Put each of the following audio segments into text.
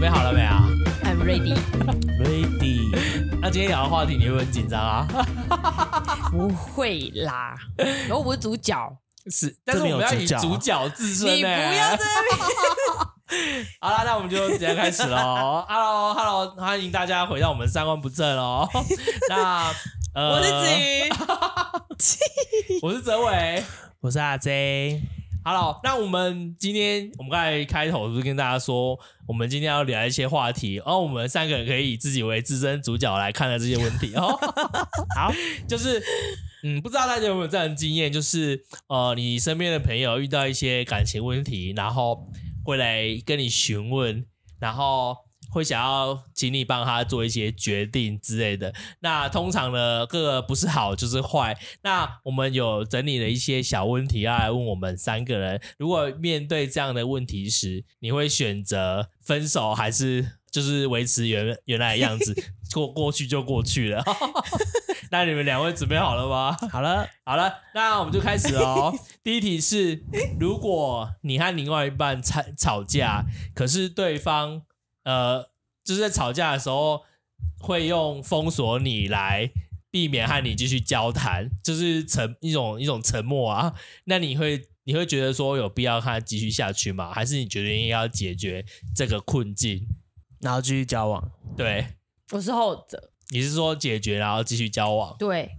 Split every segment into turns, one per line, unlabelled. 备好了没啊
I'm ready，
？Ready。那今天聊的话题你会不会很紧张 啊？
不会啦，我又不是主角，
是， 但是我
这边有
们要以
主角
主角自身、欸。
啊你不要这 边。
好啦，那我们就直接开始 喽。Hello，Hello，欢迎大家回到我们三观不正 哦。那呃，
我是子，瑜，
我是泽伟。
我是阿 J，
Hello，那我们今天我们刚才开头是不是跟大家说，我们今天要聊一些话题，然、后我们三个人可以以自己为自身主角来看待这些问题 哦。好， 就是嗯，不知道大家有没有这样的经验，就是呃，你身边的朋友遇到一些感情问题，然后会来跟你询问，然后。会想要请你帮他做一些决定之类的。那通常呢，各个不是好就是坏。那我们有整理了一些小问题要来问我们三个人。如果面对这样的问题时，你会选择分手还是就是维持原原来的样子？过过去就过去了。 那你们两位准备好了吗？
好了，
好了，那我们就开始哦。第一题是：如果你和另外一半吵吵架，可是对方呃，就是在吵架的时候会用封锁你来避免和你继续交谈，就是沉一种一种沉默啊。那你会你会觉得说有必要和他继续下去吗？还是你觉得应该要解决这个困境？
然后继续交往，
对，
我是后者，
你是说解决然后继续交往？
对，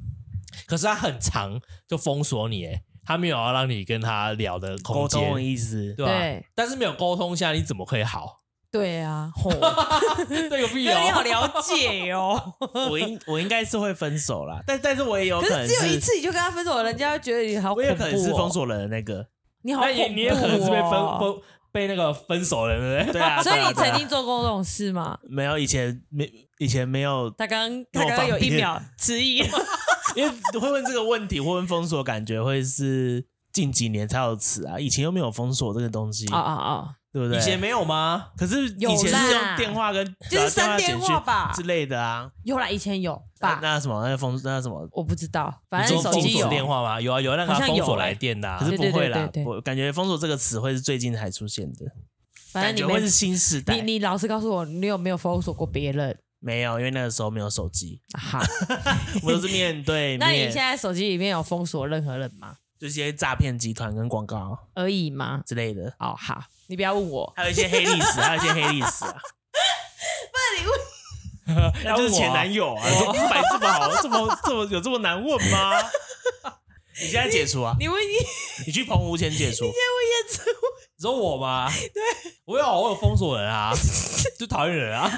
可是他很长就封锁你，诶，他没有要让你跟他聊的空
沟
间，
通的意思。
对吧？
对
但是没有沟通下，你怎么可以好？
对啊，
对个屁
对你好
哦！
了解哦。
我应我应该是会分手啦，但但是我 也有
可
可能
是只有一
是，
次你就跟他分手，人家会觉得你好
我
恐
也
怖、哦。
有可能是封锁人的那个。
你好
那也
恐怖、哦，
你也可能是被 分分被那个分手了，对不对？
对啊，
所以
对啊
你
对啊
曾经做过这种事吗？
没有以前没以前没有，
他刚
那
他
我
刚刚有一
放屁
秒迟 疑，
因为会问这个问题，会问封锁，感觉会是近几年才有词啊，以前又没有封锁这个东西，
哦哦哦，
对不对？
以前没有吗？
可是
有
以前是
啦
用电话跟
就是删电话吧
之类的啊。
有啦，以前有
那
吧？
那什么，那封那什么，
我不知道，反
你
正
说
手
封
机
锁
有
电话吗？有啊，有那个
好像
封
有
锁
欸
来电的啊
可。是不会啦
对对对对对，
我感觉“封锁”这个词汇是最近才出现的，
反
感
正你
觉会是
们
新时
你
代。
你老实告诉我，你有没有封锁过别人？
没有，因为那个时候没有手 机，
好，
我们都是面 对
那你现
面，
在手机里面有封锁任何人吗？
就一些诈骗集团跟广告
而已吗？
之类的，
哦，好，你不要问我，
还有一些黑历史，还有一些黑历史 啊。那就是前男
友。
友啊，说摆这么好，这么这么有这么难问吗？ 你现在解除啊？
你问你
你去澎湖前解除，
叶子，
你说我 吗？对，我有我有封锁人啊， 就讨厌 人啊。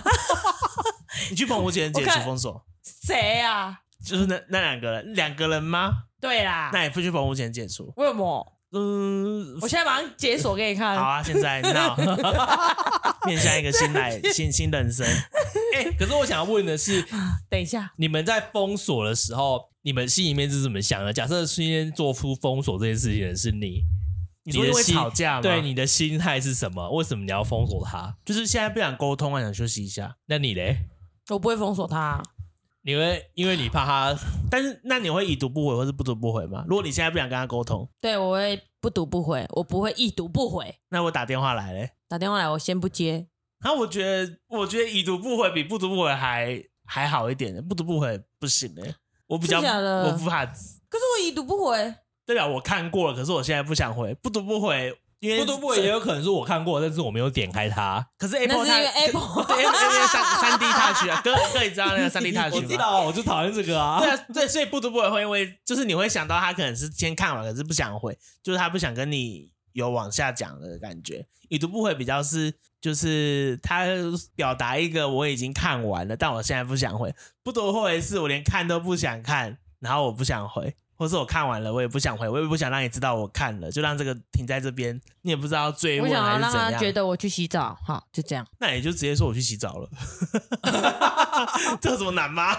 你去澎湖前解
我
除
看
封锁，
谁啊？
就是那那两个人，两个人吗？
对啦，
那你不去澎湖前解除？
为什么？
嗯，
我现在马上解锁给你看。
好啊，现在那 面向一个新来新新人生，
哎，可是我想问的是，
等一下，
你们在封锁的时候，你们心里面是怎么想的？假设今天做出封锁这件事情的是你，
你说因为吵架吗？
对你的心态是什么？为什么你要封锁他？
就是现在不想沟通啊，想休息一下。
那你嘞？
我不会封锁他，啊
你会因为你怕他，
但是那你会已读不回，或是不读不回吗？如果你现在不想跟他沟通，
对我会不读不回，我不会一读不回。
那我打电话来嘞。
打电话来，我先不接。
然后我觉得，我觉得已读不回比不读不回还还好一点，不读不回不行嘞。我比较
真假的
我不怕，
可是我已读不回，
代表我看过了，可是我现在不想回，不读不回，因为
不多不也有可能是我看过，但是我没有点开 它。
可是
那
Apple
是因为
它
Apple
对，因为 因为三三 D touch 啊，哥哥你知道那个三 D touch 吗？
我知道，我就讨厌这个 啊
对。啊，对，所以不读不回会因为就是你会想到他可能是先看完，可是不想回，就是他不想跟你有往下讲的感觉。已读不回比较是就是他表达一个我已经看完了，但我现在不想回。不读不回是我连看都不想看，然后我不想回，或是我看完了我也不想回，我也不想让你知道我看了，就让这个停在这边，你也不知道追
我
问
想
还
要
是
让
怎
他
样。
觉得我去洗澡，好，就这 样。
那你就直接说我去洗澡了， 这有什么难吗？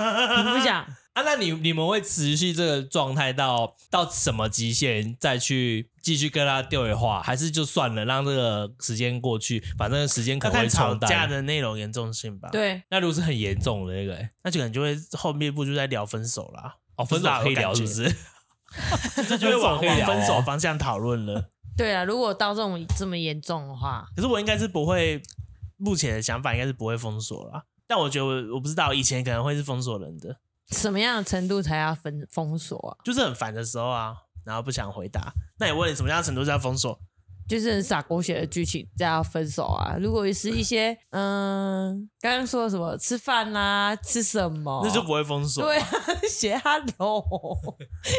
你不想？
啊，那你你们会持续这个状态到到什么极限再去继续跟他对话，还是就算了，让这个时间过去，反正时间可
要
能会
看吵
冲
架
淡。
的内容严重性吧。
对，
那如果是很严重的那个、欸，
那就可能就会后面一步就在聊分手啦，
哦，分手可以聊是不是？
这 就会往
分手可以聊哦
往分手方向讨论了。
对啊，如果到这种这么严重的话，
可是我应该是不会目前的想法应该是不会封锁啦。但我觉得我我不知道，以前可能会是封锁人的，
什么样的程度才要封封锁啊？
就是很烦的时候啊，然后不想回答。那你问你什么样的程度叫封锁？
就是很傻狗血的剧情，这样分手啊？如果是一些嗯，刚刚说什么吃饭啦、吃什么，
那就不会封锁。
哦对啊， 写 hello，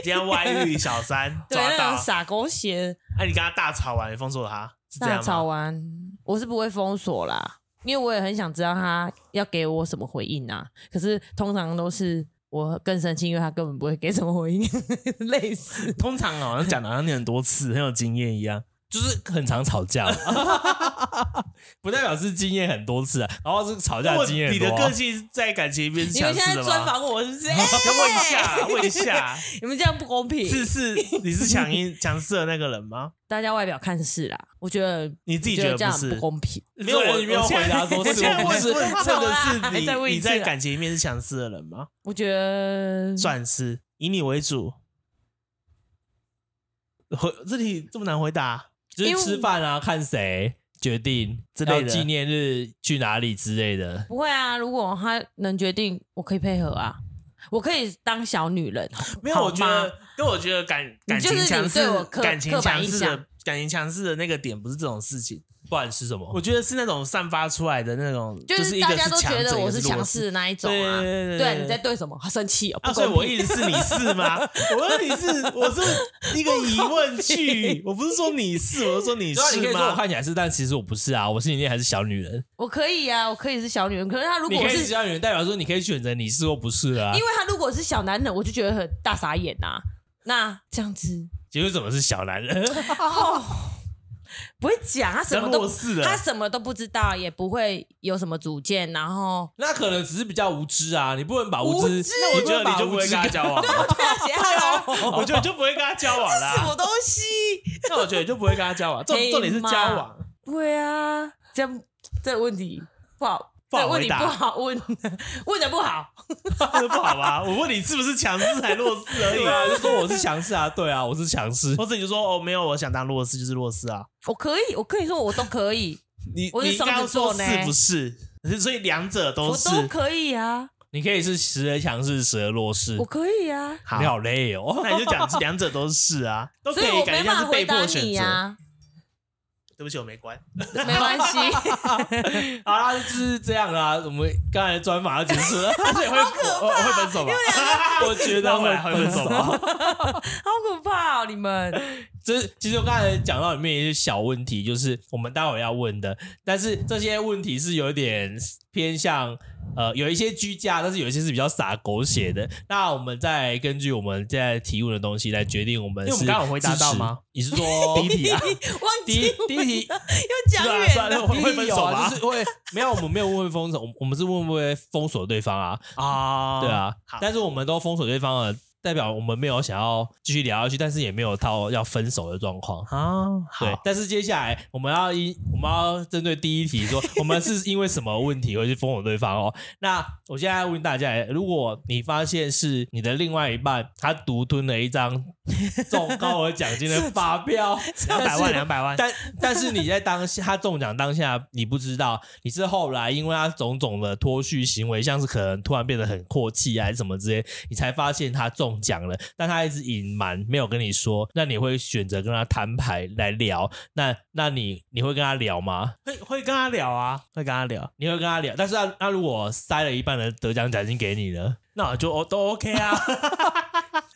今天外遇小三
对
抓
那
到
种，傻狗血
哎、你跟他大吵完，你封锁他是这
大
样
吵
吗？
完，我是不会封锁啦，因为我也很想知道他要给我什么回应啊。可是通常都是我更生气，因为他根本不会给什么回应， 类似。
通常 好像讲的好像你很多次，很有经验一样。
就是很常吵架 嘛，不代表是经验很多次啊。然后是吵架
我
经验
你
很多
的
啊、
个性是在感情里面是
你们
强
现在
势的
专
吗？
访我是不是？
要问一下，问一下，
你们这样不公平。
是是你是强硬强势的那个人吗？
大家外表看是啦，我觉得
你自己
觉
觉得
这样
不是
很不公平。
没有我没有回答说是
我现在
我不是
问问
好啦
这个
还
是
再问
你
一
你
次啊
在感情里面是强势的人吗？
我觉得
算是以你为主。回这题这么难回答，啊
就是
因为
吃饭啊，看谁决定
之类的
要纪念日去哪里之类的。
不会啊。如果他能决定，我可以配合啊，我可以当小女人。
没有，
好
我觉
吗
得，因为我觉得感
你
感
就是
情强
你
势
对我，刻
感情
刻板
强
印
势
象
的感情强势的那个点不是这种事情，
不然是什么
我？觉得是那种散发出来的那种，
就是
一
大
个
家都
强
觉
者
得
一
我
个是
是
弱
强
势
势的那一种
对
啊。
对
对，你在对什么？ 他生气哦，
啊，
不
所以
公
我
平。
一直是你是 吗？我问你是，我是一个疑问句，我不是说你是，我是说你
虽然你可
是
以说我
吗？
看起来是，但其实我不是啊，我心里面还是小女人。
我可以啊，我可以是小女人。可是他如
你
果
可以是
是，
啊
小女人，代表说你可以选择你是或不是啊
因。为他如果是小男人，我就觉得很大傻眼呐。那这样子，
结果怎么是小男人？
哦，不会讲，他什么都
真弱势了
他什么都不知道，也不会有什么主见，然 后
那可能只是比较无知啊，你不能把
无
无知
知，
那我觉得
把
你就不
无
会
知
跟他交往，
对啊，写 hello，
我
哦
觉得你就不会跟他交往
什
啦。
么东西？
那我觉得你就不会跟他交往，重
可以
重点是
吗
交往。
对啊，这样这个问题不好，
不好
这个问
回
题
答
不好问，问的不好。
这不好吧？我问你是不是强势还弱势而已
对
啊
啊，？就说我是强势啊，对啊，我是强势。
或者你就说哦，没有，我想当弱势就是弱势啊。
我可以，我可以说我都可以，
你
我是
你刚刚
双子座
说
呢
是不是？所以两者 都
我
是。
都可以啊，
你可以是时而强势，时而弱势
嗯
我。可以啊，
好
你，好累哦，
那你就讲两者都是啊，都 可
所以我
以感
没
觉像
办
是
法
被
回答
迫选
你
择。
啊，
对不起，我没关。
没关系，
好啦，就是这样啦。我们刚才的专访要结束了，
而且会我我会分手吗？
我觉
那
得
我们还会分手吗？
好可怕哦，你 们
这其实我刚才讲到里面一些小问题，就是我们待会要问的，但是这些问题是有点偏向呃有一些居家，但是有一些是比较洒狗血的。那我们再根据我们现在提问的东西来决定我们
因为我
是
们刚好回答到吗
支持？你是说第一题啊？
忘
第一
记
第一题
又讲
对啊
远
对啊
了。
那我们会分手吗
第一题有啊就是会 没有，我们没有问会封锁，我们我们是问会不会封锁对方啊？
啊，
对，啊
好，
但是我们都封锁对方了，代表我们没有想要继续聊下去，但是也没有到要分手的状况。
啊，
对
好，，
但是接下来我们要因我们要针对第一题说，我们是因为什么问题会去封锁对方哦？那我现在问大家，如果你发现是你的另外一半他独吞了一张 中高额奖金的发票，
两百
但
万，
是
两百 万，
但但是你在当下他中奖当下你不知道，你是后来因为他种种的脱序行为，像是可能突然变得很阔气啊还是什么之类，你才发现他中奖了，但他一直隐瞒没有跟你说，那你会选择跟他摊牌来聊？那那你你会跟他聊吗？
会会跟他聊啊，会跟他聊，
你会跟他聊，但是他他如果塞了一半的得奖奖金给你呢？
那我就我都 OK 啊。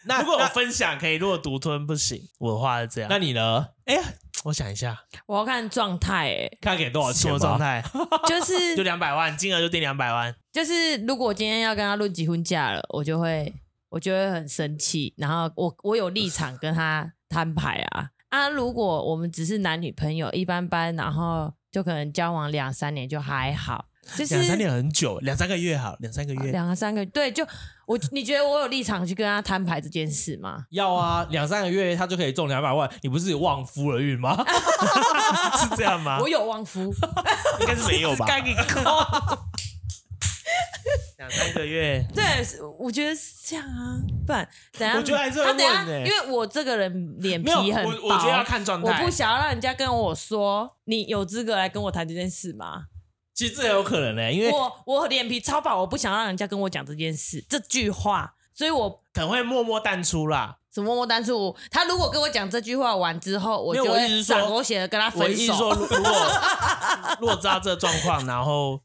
那
如果我
那
分享可以，如果独吞不行，我的话是这样。
那你呢？
哎呀，我想一下，
我要看状态、欸，
看给多少
哦什
钱
么
吗
状 态？
哦就
就是两百万，金额就定两百万。
就是，如果我今天要跟他论及婚嫁了，我就会我就会很生气，然后我我有立场跟 他摊牌啊啊！如果我们只是男女朋友一般般，然后就可能交往两三年就还好，就是
两三年很久，两三个月好，两三个月。
两三个对，就我你觉得我有立场去跟他摊牌这件事吗？
要啊，两三个月他就可以中两百万，你不是有旺夫了运 吗？
是这样吗
我？有旺夫，？
应该是没有吧
该给扣。
两三个月，
对，是我觉得是这样啊，不然等下
我觉得还是会
他等下，
问欸
因为我这个人脸
没有，
皮很薄，
我我觉得要看状
我
态
不。想要让人家跟我说你有资格来跟我谈这件事吗？
其其实这有可
欸
能呢、因为
我我脸皮超薄，我不想让人家跟我讲这件事这句话，所以我
可能会默默淡出啦。
什么我当初他如果跟我讲这句话完之后，我
没
就
有我意思
会
是说
闪狗血的跟他
我
分
意思
手。
说，如如果如果知道这个状况，然后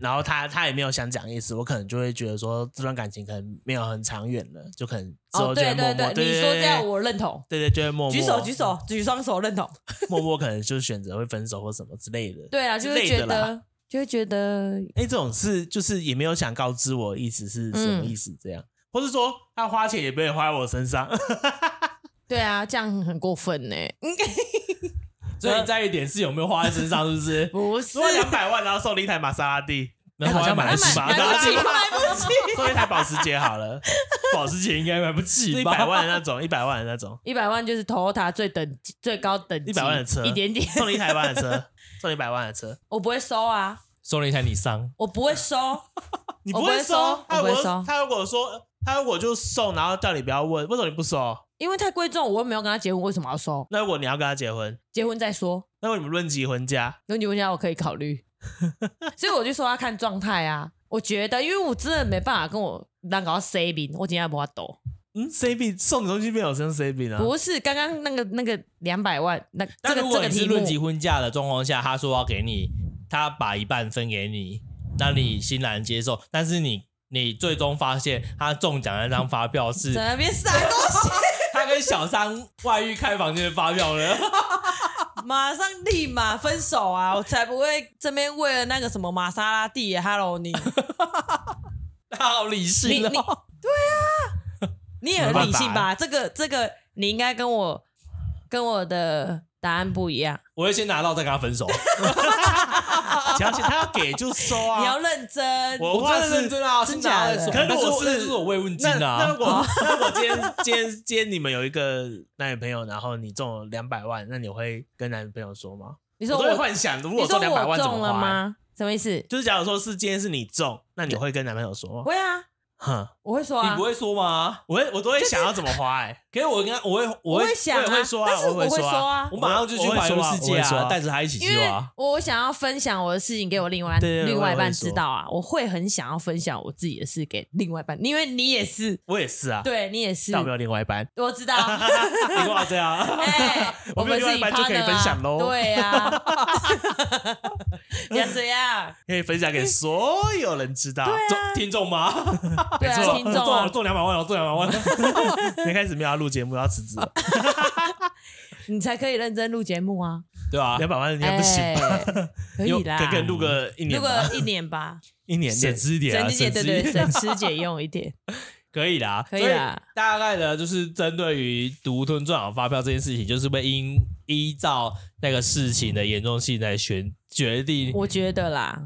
然后他他也没有想讲意思，我可能就会觉得说这段感情可能没有很长远了，就可能之
哦，
后就
对
会
对
默默。
你说这样我认同。
对对，就会默默
举手举，手举双手认同。
默默可能就选择会分手或什么之类的。，
对啊，就会
之类
觉
的啦
得就会觉得
哎，这种事就是也没有想告知我意思是什么意思，这样，或是说他花钱也不会花在我身上，
对啊，这样很过分呢。
所以在意点是有没有花在身上，是不是？
不是
如，果啊两百万然后送你一台玛莎拉蒂，
那好像买得起吧？
嗯买不起，买不起。
送一台保时捷好了，
保时捷应该买不
一
起吧？
百万的那啊种，一百万的那 种。
一百万就是 Toyota 最等级最高等级，
100万的车
一点点，
送你一台万的车，送你一百万的车，
我不会收啊，
送了一台你上，
我不会收，
你
我不
会
会收
他
我不
如
会
果
收
他如果说他如果就送，然后叫你不要问，为什么你不收？
因为太贵重，我又没有跟他结婚，为什么要收？
那如果你要跟他结婚，
结婚再说，
那为什么论及婚嫁？
有你问下我可以考虑， 所以我就说要看状态啊。我觉得，因为我真的没办法跟我让搞 saving，我今天不法抖。
嗯，C B 送你东西没有送啊 C B 呢？
不是刚刚那个那个两百万，那这
嗯但
个
如
这
果
个
你是
题
论及
目，
婚嫁的状况下，他说要给你，他把一半分给你，那 你欣然接受，但是你你最终发现他中奖那张发票是
在那边傻东西，
他跟小三外遇开房间的发票了，
马上立马分手啊！我才不会这边为了那个什么玛莎拉蒂，Hello 你。
他好理性
你啊
哦。
你也很理性吧？这个这个，你应该跟我跟我的答案不一样。
我会先拿到再跟他分手，
只要他要给就收啊。
你要认真，
我
我真的认真啊，
真
先拿
假
再
的
说。
可是
但
我是
但是我慰问金
那那
啊
哦
如，果 那如果今天今天今天你们有一个男女朋友，然后你中了两百万，那你会跟男女朋友说吗？
你说
我
我
都会幻想，如果
你说
中两百
我
万怎
中
么
了
花？欸
吗？什么意思？
就是假如说是今天是你中，那你会跟男朋友说吗？
会啊，
哼，
我会说
你
啊
不，会说吗？
我会我都会想要怎么花哎、
可是我跟他，我会，
我
我会，
想 啊，
我也会说啊
但是
我也
会
会说啊
啊
我。马上就去环游世界
我会说啊我会说啊
带着他一起
因
去
为
啊。
我想要分享我的事情给我另外
对对对
另外一
我也
半
会说
知道啊，我会很想要分享我自己的事给另外一半，因为你也是，
我也是啊，
对你也是
但，我没有另外一半。
我知 道，
你干嘛这样？
哎，
我
们
们有另外
是
一半就可以分享咯
partner 啊对呀、 啊， 你要这样，
可以分享给所有人知道。
中啊听众吗？
啊对啊，
错
听众啊
中，中两百万了，中两百万 了。
你开始没有要录节目，要 辞职了，
哎你才可以认真录节目啊。
对 啊，
两百万应该不行吧？
哎可以啦
可，可以录个一年
录
吧，
个一年吧，
一年
省
年
吃一点
省
啊，
吃俭
省
对
吃一
对，
点，
省吃俭用一点，
可以啦，
可以啦。
大概呢，就是针对于独吞赚好发票这件事情，就是会因依照那个事情的严重性来选决定。
我觉得啦，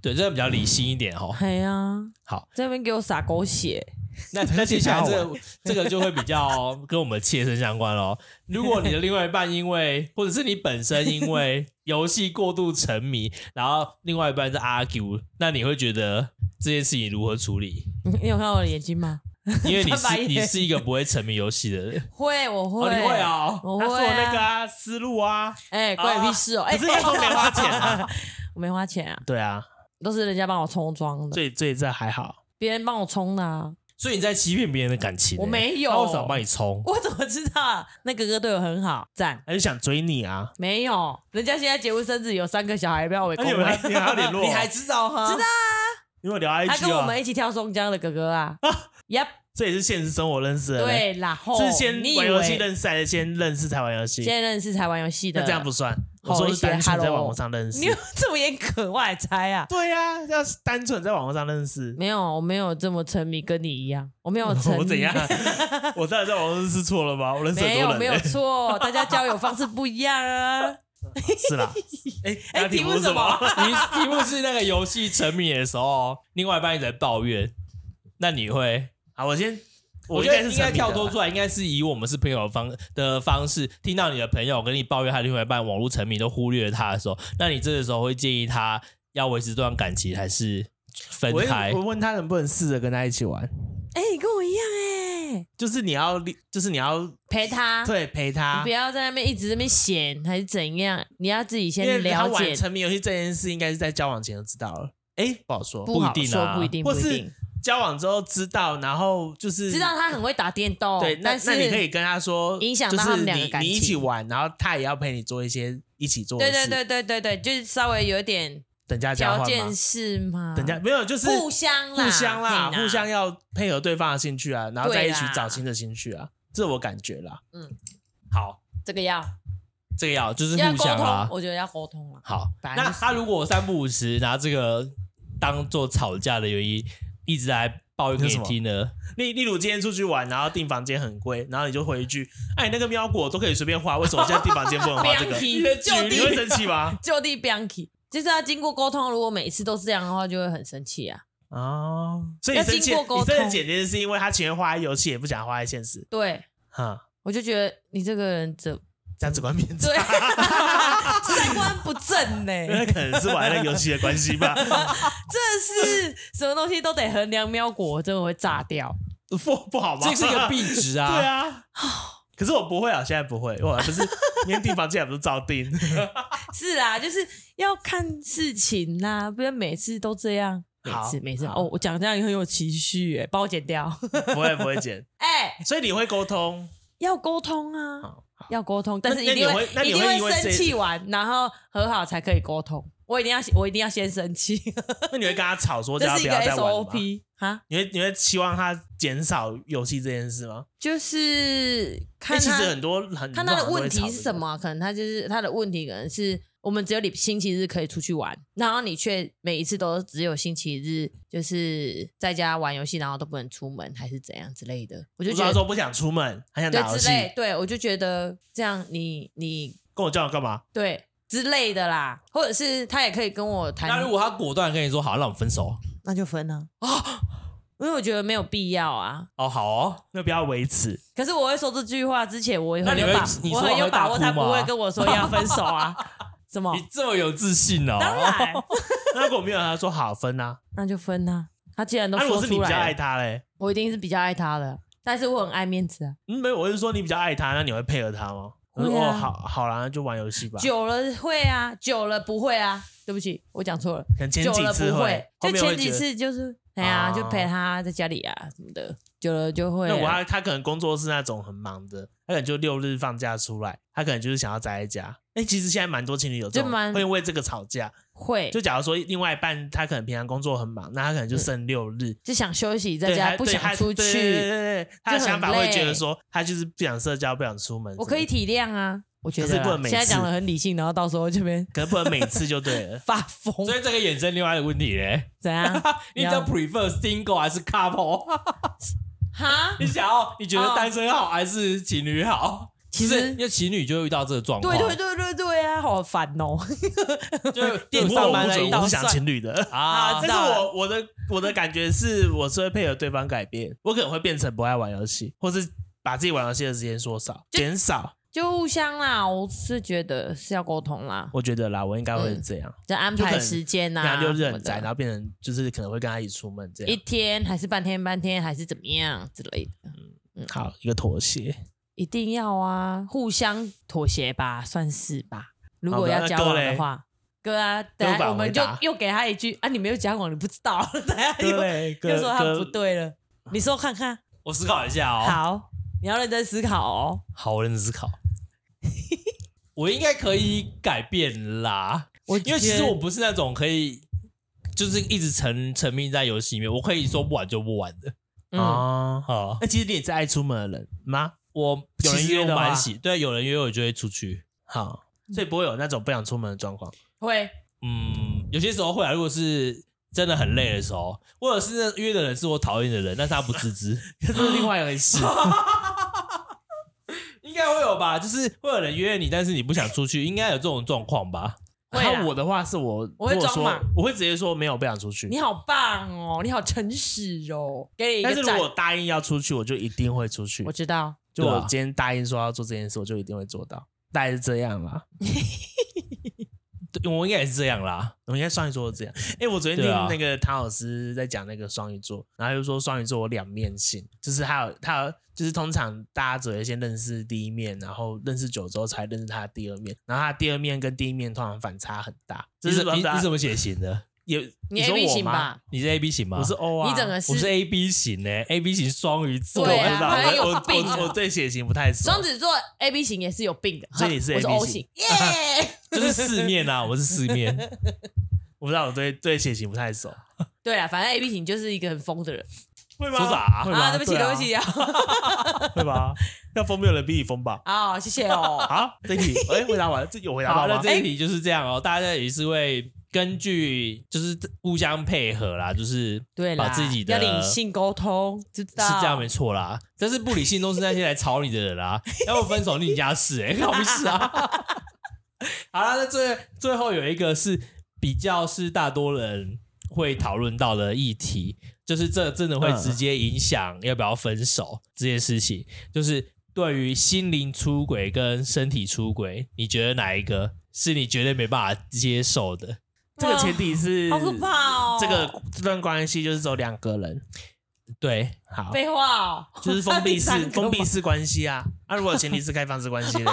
对，这个比较理性一点哦。
哎呀，
好，
这边给我撒狗血，
那那接下来这个这个就会比较跟我们切身相关喽。如果你的另外一半因为，或者是你本身因为游戏过度沉迷，然后另外一半在 argue，那你会觉得这件事情如何处理？
你你有看我的眼睛吗？
因为 你
翻白
是
眼
你是一个不会沉迷游戏的人，
会，我会，
哦，你会，啊、
我
他说
会
那个
啊。
啊，思路啊，
哎，关你屁事哦！哎，
可是他说没花钱啊，
我没花钱啊，
对啊，
都是人家帮我充装的，
所以所以这还好，
别人帮我充的啊，
所以你在欺骗别人的感情欸、
我没有
那为什么帮你充？
我怎么知道啊？那哥哥对我很好，赞。
他就想追你啊，
没有，人家现在结婚生子有三个小孩，不要我
那
公
啊你们还
会。
你还要联络？
你还知道哈？知道，
你们有聊
啊他
IG
跟我们
啊？
一起跳松江的哥哥啊，呀，
这也是现实生活认识的嘞，
对啦，吼，
是先
你以
玩游戏
为
认识，还是先认识才玩游戏？
现在认识才玩游戏的，
那这样不算，
吼
我说
一
是
些
单纯在
hello
网络上认识
你。有这么严格，我还猜啊？
对呀、要是单纯在网络上认识，
没有，我没有这么沉迷，跟你一样，我没有沉迷，
我 怎样？我到底在网络认识错了吗？我认识很
没
多
有
人、
没有
欸，
错，大家交友方式不一样啊。
是 啦。哎、
哎
那
题目
是
什么？
你题目是那个游戏沉迷的时候，另外一半一直在抱怨，那你会？
好，我先，我
觉得
是
应该
沉迷的
跳脱
啦
出来，应该是以我们是朋友的方的方式，听到你的朋友跟你抱怨他另外一半网络沉迷都忽略了他的时候，那你这个时候会建议他要维持这段感情还是分
我会
开
我？问他能不能试着跟他一起玩，
哎，你跟我一样哎、对，
就是你要，就是你要
陪他，
对啊陪
啊你
他
不，要在那边一直在那边闲还是怎样，你要自己
因
先
为他
了解
玩，沉迷游戏这件事，应该是在交往前就知道了。哎，不好说，
不一
好
定啊
说，不一定，
或
不一
是
定。
交往之后知道，然后就是
知道他很会打电动，
对，那
但是
那你可以跟他说，
影响
就
到
是
他们两个
你
感
你一起
情
玩，然后他也要陪你做一些一起做的
对
事。
对对对对对，就是稍微有点
等价交换
条
嘛，
件是吗？
等价没有就是
互相啦，
互相啦，
嘿
互相要配合对方的兴趣啊，然后再
对
一起
啦
找新的兴趣啊，这我感觉啦。
好，
这个要
这个要就是
要
互
沟
相
通
啦，。
我觉得要沟通啊。
好，
反正
那
就是
他如果三不五时拿这个当做吵架的原因，一直来抱怨给你听呢，
例例如今天出去玩，然后订房间很贵，然后你就回一句：“哎，那个喵果都可以随便花，为什么现在订房间不能 花这个？”
喵
你
提
会
就
你
地
会生气吗？
就地 b a n k y 就是要经过沟通。如果每次都是这样的话，就会很生气啊。
哦，所以你
要
生
经
气，
过沟
你真的
通
简直是因为他情愿花在游戏，也不想花在现实。
对，
哈，
我就觉得你这个人怎
价值观偏差，
对三观不正呢、
那可能是玩那个游戏的关系吧。
这是什么东西都得衡量喵果，我真的会炸掉。
不不好吗？
这是一个壁纸 啊。
对啊。 可是我不会啊，现在不会， 我不是连订房间也不是照订。
是啊，就是要看事情啦，不然每次都这样。每
好
次每次
好
哦，我讲这样也很有情绪哎，帮我剪掉。
不会不会剪，
哎、
所以你会沟通。
要沟通啊，
好，
要沟通，但是
那
一定
那你会那你
一
会
定
因为这
生气完，然后和好才可以沟通。我一定要我一定要先生气，
那你会跟他吵说叫
这
他
是
不
一个
要再玩了吗？
SOP 啊，
你会你会期望他减少游戏这件事吗？
就是
因
看
为其实
他
很多很
看他
多
的
人都会
问
吵
题
这
是
个
什么啊，可能他就是他的问题可能是我们只有礼星期日可以出去玩，然后你却每一次都只有星期日就是在家玩游戏，然后都不能出门，还是怎样之类的，我
不
就
知
觉得
道啊说不想出门，还想打游
对之
戏，
类，对我就觉得这样你你
跟我交往干嘛？
对之类的啦，或者是他也可以跟我谈，
那如果他果断跟你说好，那我们分手
那就分了啊，因为我觉得没有必要啊。
哦，好哦，
那不要维持。
可是我会说这句话之前，我也
那
很
你
有
会
把，
你
我
说
很
完
有
会
把
大
握，
哭
他不
吗
会跟我说要分手啊， 什么
你？这么有自信哦，
当然，
那如果没有，他说好分啊。
那就分啦、他既然都
那如
说
果是你
出
比较
来
爱
了，
他嘞？
我一定是比较爱他的，但是我很爱面子啊。
嗯，没有，我是说你比较爱他，那你会配合他吗？我
会
说
啊
哦，好好啦，那就玩游戏吧。
久了会啊，久了不会啊。对不起，我讲错了。
可能前
久
几
了
次
不
会，后
就
面会
前几
觉得。
次就是，哎呀、
啊
就陪他在家里啊什么的，久了就会
那
啊。
我他他可能工作是那种很忙的，他可能就六日放假出来，他可能就是想要宅在家。哎、其实现在蛮多情侣有这种
就蛮
会因为这个吵架。
会
就假如说另外一半他可能平常工作很忙，那他可能就剩六日。
就想休息，在
对，
家
他
不
对
想
他
出
对对对
去。
对对他的
就很
想法会觉得
累
说他就是不想社交，不想出门。
我可以，体谅啊，我觉
可
得
是不
啊
能每
现在
次
讲的很理性，然后到时候这边。
可能不能每次就对了
发疯，
所以这个衍生另外的问题嘞，？
怎样
你比较
要
prefer single 还是 couple？
哈？
你想要你觉得单身好还是情侣好？
哦其
就是
实
因为情侣就会遇到这个状况，
对对对对对啊，好烦哦。
对， 就
电
我
上
我
班
不
的
准
一
我
道
是想
算
情侣的。
啊
啊
但
知
是
道
我我的我的感觉是，我是会配合对方改变，我可能会变成不爱玩游戏，或是把自己玩游戏的时间缩少、减少。
就互相啦，我是觉得是要沟通啦，
我觉得啦，我应该会这样，
就安
就可
排
能
时间呐、
那
啊，
就
什
是
么
很宅，
嗯
然
的
后变成就是可能会跟他一起出门这
一
样。
天还是半天，半天还是怎么样之类的，嗯
好，一个妥协。
一定要啊，互相妥协吧，算是吧。如
好
果
的
要
那
交
哥
往
嘞
的话，哥啊，等
无法
下我
回
们就
答
又给他一句啊，你没有交往，你不知道， 等下
各
又
位，
哎又说
各
他不
各
对了，你说看看，
我思考一下哦，
好，你要认真思考哦。
好，我认真思考。 我应该可以改变啦，
我
因为其
觉
实
得
我不是那种可以就是一直沉沉迷在游戏里面，我可以说不玩就不玩的
嗯，
哦，
啊。
那其实你也是爱出门的人吗？
我有人
其实
约我
的话
蛮喜，对，有人约我就会出去。
好，所以不会有那种不想出门的状况。
会
嗯，有些时候会啊，如果是真的很累的时候，或者是那约的人是我讨厌的人，但是他不自知，
这是另外一 回事。
啊
应该会有吧？就是会有人约你，但是你不想出去，应该有这种状况吧？
会
然后
啦
我，的话是我，
我会
如果
装
说
嘛
我会直接说没有不想出去。
你好棒哦，你好诚实哦，给你一
但
个
是如
赞。
果答应要出去，我就一定会出去
我。知道，
就
对
我
啊
今天答应说要做这件事，我就一定会做到。大概是这样啦。
对我应该也是这样啦。
我应该双鱼座是这样。哎、我昨天听
对啊
那个唐老师在讲那个双鱼座，然后他就说双鱼座有两面性，就是他有他有就是通常大家只会先认识第一面，然后认识久之后才认识他的第二面，然后他第二面跟第一面通常反差很大。这
你
是
怎你
不知道
你怎么血型的？
也
你
说
A B
我
型
吗？
吧？
你是 A B 型吗？
我是 O 啊，
你整个
我是
是
A B 型呢、a B 型双鱼座，
对
我
啊
知道
他很有
我我
病啊
我我对血型不太熟。
双子座 A B 型也是有病的，
所以你 是
我是
AB
O 型
型，
耶！
就是四面啊，我是四 面。
我不知道我对对血型不太熟，
对啊，反正 A B 型就是一个很疯的人
会
吗
说啥？会吗？
啊，对不起，
啊
对不起， 啊，
会吧？ 要疯没有人比你疯吧？
好，谢谢 哦。
好，这题哎、回答完，这有回 答
好，
到
那
吗？
这一题就是这样哦，大家也是会根据就是互相配合啦，就是
对啦，
把自己的
要理性沟通，知道
是这样没错啦。但是不理性都是那些来吵你的人 啦，要不分手另家事哎、欸，那我不是啊。 好啦，那最最后有一个是比较是大多人会讨论到的议题，就是这真的会
嗯
直接影响要不要分手这件事情，就是对于心灵出轨跟身体出轨，你觉得哪一个是你绝对没办法接受的？
这个前提是
好可怕哦。
这个这段关系就是只有两个人，
对，
好，
废话哦，
就是封闭
第 三
式
个
封闭
嘛
式关系啊。那、如果前提是开放式关系 呢？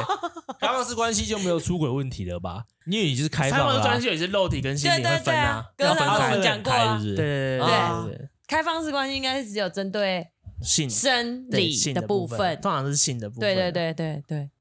开放式关系就没有出轨问题了吧？因为你就是开
开
放
放
了、
式
啊
关。系也是肉体跟心
对
理会
对对
分
啊
啊，，
刚
要
刚
分
啊
我
开
们
分
讲过
开
啊
是不，是
对对对对
啊
对对对，
开放式关系应该是只有针对
性
生
对
理
性
的
的
部
分，
分，
通常是性的部分啊，
对对对对对，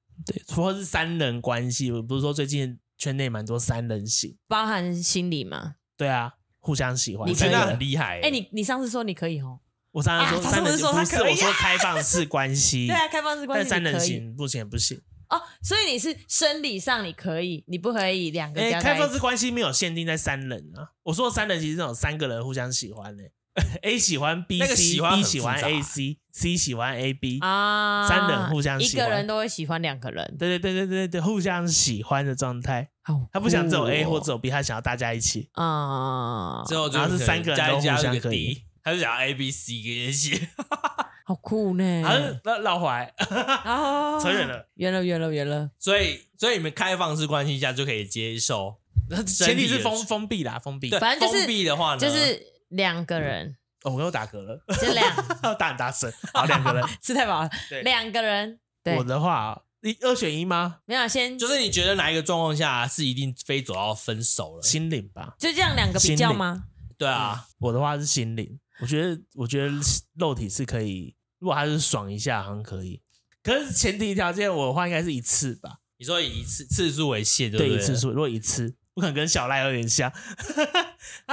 对，或是三人关系，我不是说最近圈内蛮多三人行，
包含心理嘛。
对啊，互相喜欢，
我
你
觉
可以
得
啊
很厉害、欸。
哎，你你上次说你可以哦，
我常常说
啊他
三人
是不是说
行，不
他
是
可以
我说开放式关系，
对啊，开放式关
但
系
三
你
人
可以
行目前不行。
哦，所以你是生理上你可以，你不可以两个
哎、
加在
开
一
放
起
式关系没有限定在三人啊。我说的三人其实是有三个人互相喜欢呢、a 喜欢 B，
那个
C，
喜欢很
B 喜欢
复杂
A C，C 喜欢 A B。
啊，
三人互相
一
喜
个
欢
人都会喜欢两个人，
对对对对对对，互相喜欢的状态。
好
他不想只有 A
酷哦
或只有 B，他想要大家一起。
啊，
之后就
然后是
可能
三个人
加
都
一加
互相
那个
可以
D，他就讲 A B C 跟一起，
好酷呢，
好像绕绕怀，
啊，
扯远了，
圆了，圆了，圆了，
所以所以你们开放式关系下就可以接受，那
前提是封
封
封闭啦，封闭。
对，
反正就是
封闭的
嗯
话呢，
就是两个人，
哦，我又打嗝了，
就两
打很大声。好，两个人。
吃太饱了
对，
两个人，对
我，的话，你二选一吗？
没有啊先
就
就是
你觉得哪一个状况下是一定非走到分手了？
心灵吧。
这样两个比较吗？
对啊，
我的话是心灵，我觉得我觉得肉体是可以，如果他是爽一下，好像可以。可是前提条件，我的话应该是一次吧，
你说以一次次数为限，对不
对
对？
一次数，如果一次，不可能跟小赖有点像。 啊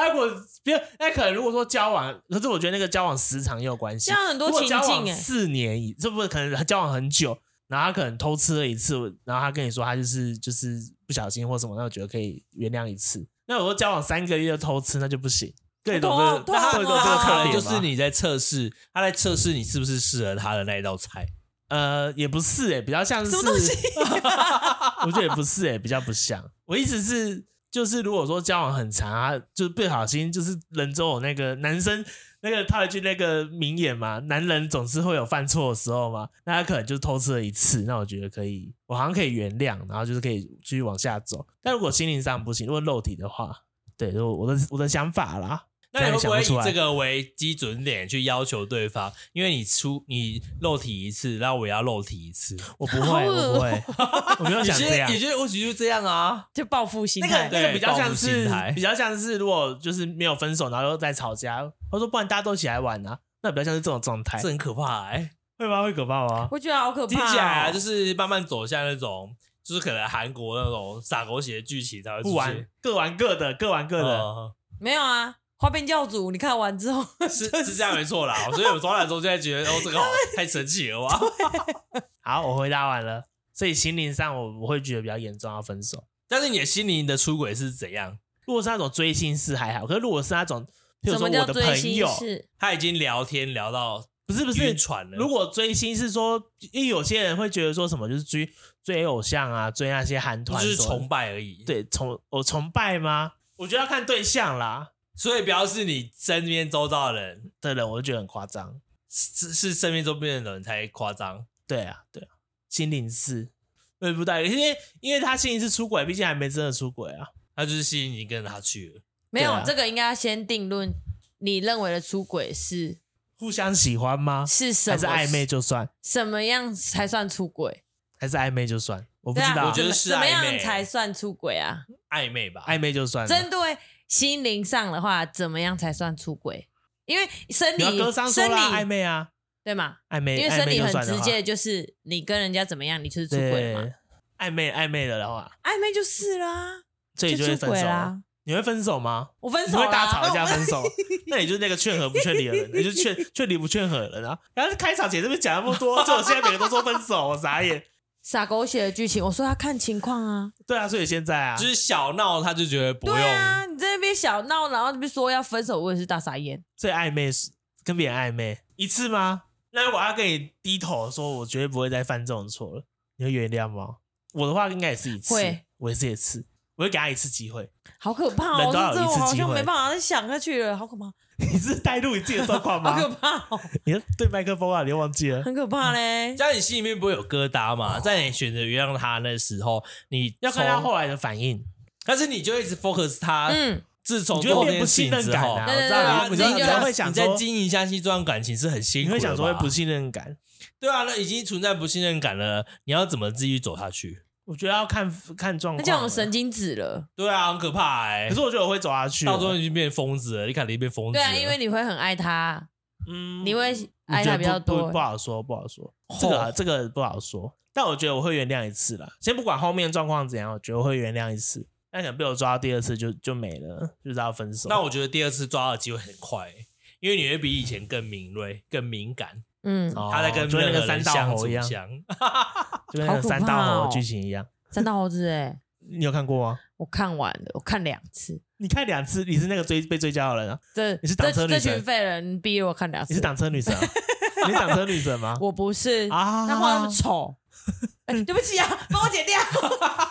那如果别，那可能如果说交往，可是我觉得那个交往时长也有关系
这。样很多
如果
情
交往
境哎，
四年以，这不是可能交往很久，然后他可能偷吃了一次，然后他跟你说他就是就是不小心或什么，那我觉得可以原谅一次。那我说交往三个月就偷吃，那就不行。对，懂这个，
痛啊
各位懂
痛啊
这个
可
特
能
点
就
吗
是你在测试，他在测试你是不是适合他的那一道菜。
呃，也不是哎、比较像是
什么东西
我觉得也不是哎、比较不像。我一直是就是，如果说交往很长啊，就是不小心就是人总有那个男生那个套一句那个名言嘛，男人总是会有犯错的时候嘛。那他可能就偷吃了一次，那我觉得可以，我好像可以原谅，然后就是可以继续往下走。但如果心灵上不行，如果肉体的话，对，我我的我的想法啦。
那你会不
这样
会
也想
以
不
这
出来
个为基准点去要求对方？因为你出你肉体一次，那我也要肉体一次。
我不
好哦
会，我不会，我没有
你
想
觉
这
得
样
你。觉得我只就这样啊？
就报复心
那个
态，
那个比较像
对报复
是
心态
比较像是，如果就是没有分手，然后又在吵架，我说不然大家都一起来玩啊，那比较像是这种状态
这，很可怕哎、
会吗？会可怕吗？
我觉得好可
听起来
怕
啊
哦，
就是慢慢走向那种，就是可能韩国那种傻狗血的剧情才会出
不
现
玩，各玩各的，各玩各的。
嗯
没有啊。花边教主，你看完之后，
是是这样没错啦。所以我昨晚的时候就在觉得，哦，这个好太神奇了哇！
好，我回答完了。所以心灵上我我会觉得比较严重，要分手。
但是你的心灵的出轨是怎样？
如果是那种追星是还好，可是如果是那种，譬如
什
说
么
我
叫
的
追
朋
星
友，
是？
他已经聊天聊到
不是不是
晕，船了。
如果追星是说，因为有些人会觉得说什么就是追追偶像啊，追那些韩
你
团
就是
什么的，
崇拜而已，，
对崇我崇拜吗？我觉得要看对象啦。
所以不要是你身边周遭的人，
的人，我就觉得很夸张。
是是身边周边的人才夸张。
对啊，对啊，心灵是对不对？因为因为他心灵是出轨，毕竟还没真的出轨啊。
他就是吸引你跟着他去了，
没有、
对啊
这个应该要先定论，你认为的出轨是
互相喜欢吗？
是什
还
么
是暧昧，就算？
什么样才算出轨？
还是暧昧就算？我不
对
知
啊，
道，
我觉得是
怎么
暧昧
样才算出轨啊？
暧昧吧？
暧昧就算了。
针对心灵上的话，怎么样才算出轨？因为生
你
理
要跟上说
生
啦，暧
理
昧啊，
对嘛？
暧昧，
因为
暧
生
昧
理
就
很
算的
直
话
接，就是你跟人家怎么样，你就是出轨
对
嘛。，啊
暧昧暧昧了的话，
暧昧就是啦，
所以就会
出
分
轨
手
啦
了。。你会分手吗？
我分
你
手啊啦？
会大吵一架分手 那你就是那个劝和不劝离的人，你就劝劝离不劝和的人啊。然后开场前这边讲那么多，结果现在每个都说分手，我傻眼。
傻狗血的剧情，我说要看情况啊。
对啊，所以现在啊，
就是小闹，他就觉得不
对
用。
啊，你在那边小闹，然后那边说要分手，我也是大傻眼。
最暧昧是跟别人暧昧一次吗？那如果他跟你低头说，我绝对不会再犯这种错了，你会原谅吗？我的话应该也是一次，
会
我也是一次，我会给他一次机会。
好可怕哦！
人
我
都要有
这
一
我
次
好
机
像
会
没办法再想下去了，好可怕，哦
你是带入你自己的状况
好
吗？
可怕哦，
你要对麦克风啊，你又忘记了。
很可怕嘞。
在你心里面不会有疙瘩嘛？在你选择原谅他那时候，你
要看他
从，
后来的反应，
但是你就一直 focus 他。
嗯，
自从
你就会
做这件
变不
事
信
情
任
之
感
后，
啊
对对
对
对
啊，
对
你
对
在
对
你
对
在
对对
你在经营一下这段感情是很辛
你
苦的吧，
会想说会不信任感。
对啊，那已经存在不信任感了，你要怎么继续走下去？
我觉得要看看状
那
况。
叫我们神，经质了。
对啊，很可怕哎、
可是我觉得我会走下去。
到最后已经变疯子了，你肯定变疯子
对
了。
啊，因为你会很爱他，
嗯
你会
我
爱
觉
他
得
比较
不不
多
不。好说，不好说。这个啊、
哦
这个不好说，但我觉得我会原谅一次啦。先不管后面状况怎样，我觉得我会原谅一次。但可能被我抓到第二次就就没了，就是要分手。
那我觉得第二次抓的机会很快、欸因为你会比以前更敏 锐、更敏感。
嗯，
哦
他在跟
就跟那
任
个
何人
三道
相
猴
处
一样，
相
就跟那
好
个
可怕
三道
哦
猴剧情一样。
三道猴子哎，
你有看过吗？
我看完了，我看两次。
你看两次，你是那个追被追加的人啊？
这
你是
这
挡车女
这
神
群废人逼我看两
你是
次，
挡车女神、啊？你是挡车女神吗？
我不是，
啊，
那画那么丑。 哎，对不起啊，帮我剪掉。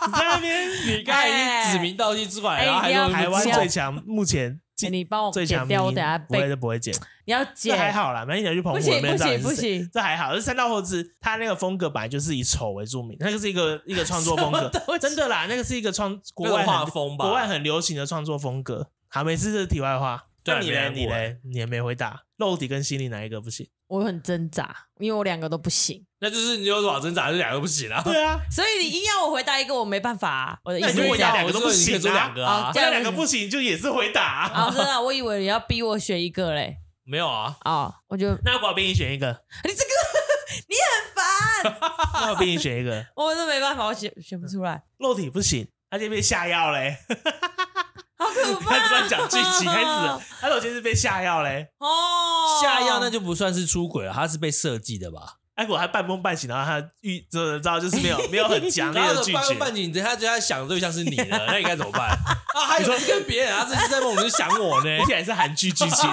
你在那边，
你刚才已经指名道姓出来，
哎
然后还
一定要
说
台湾
不要
最强，目前
哎你帮我
最强
剪掉，
迷
我等下
不会
被
都不会剪，
你要
这还
剪。
好啦，没你去澎湖
不
那
行不
边
行不行，
这还好，这三道猴子，他那个风格本来就是以丑为著名，那个是一个一个创作风格，真的啦，那个是一个创国
国
外
外画
很
风吧，
国外很流行的创作风格。好，没事，这是题外话。
对啊
那你
没
嘞，
看过
你嘞，你也没回答，肉体跟心理哪一个不行？
我很挣扎，因为我两个都不行，
那就是你有软挣扎，这两个不行啊。
对啊，
所以你硬要我回答一个，我没办法啊。我的意
那
思
你就
是
回
这
答
样。
两个都不行啊
你可以做两个啊
好这，样
那两个不行就也是回答啊。
啊，真的啊，我以为你要逼我选一个嘞。
没有啊，
哦，我就
那我逼你选一个，
你这个你很烦，
那我逼你选一个，
我真没办法，我选选不出来，
肉体不行，他就被下药嘞。
好可怕、
他突然讲剧情开始了，他首先是被下药嘞，
哦，
下药那就不算是出轨了，他是被设计的吧？
艾果还半梦半醒，然后他遇真的知道就是没有没有很强烈
然
的
后
拒
半
绝
梦，半醒，他觉得他想的对象是你了，那你该怎么办？啊，还有是跟别人，他这是在梦里想我呢。
而且还是韩剧 剧情，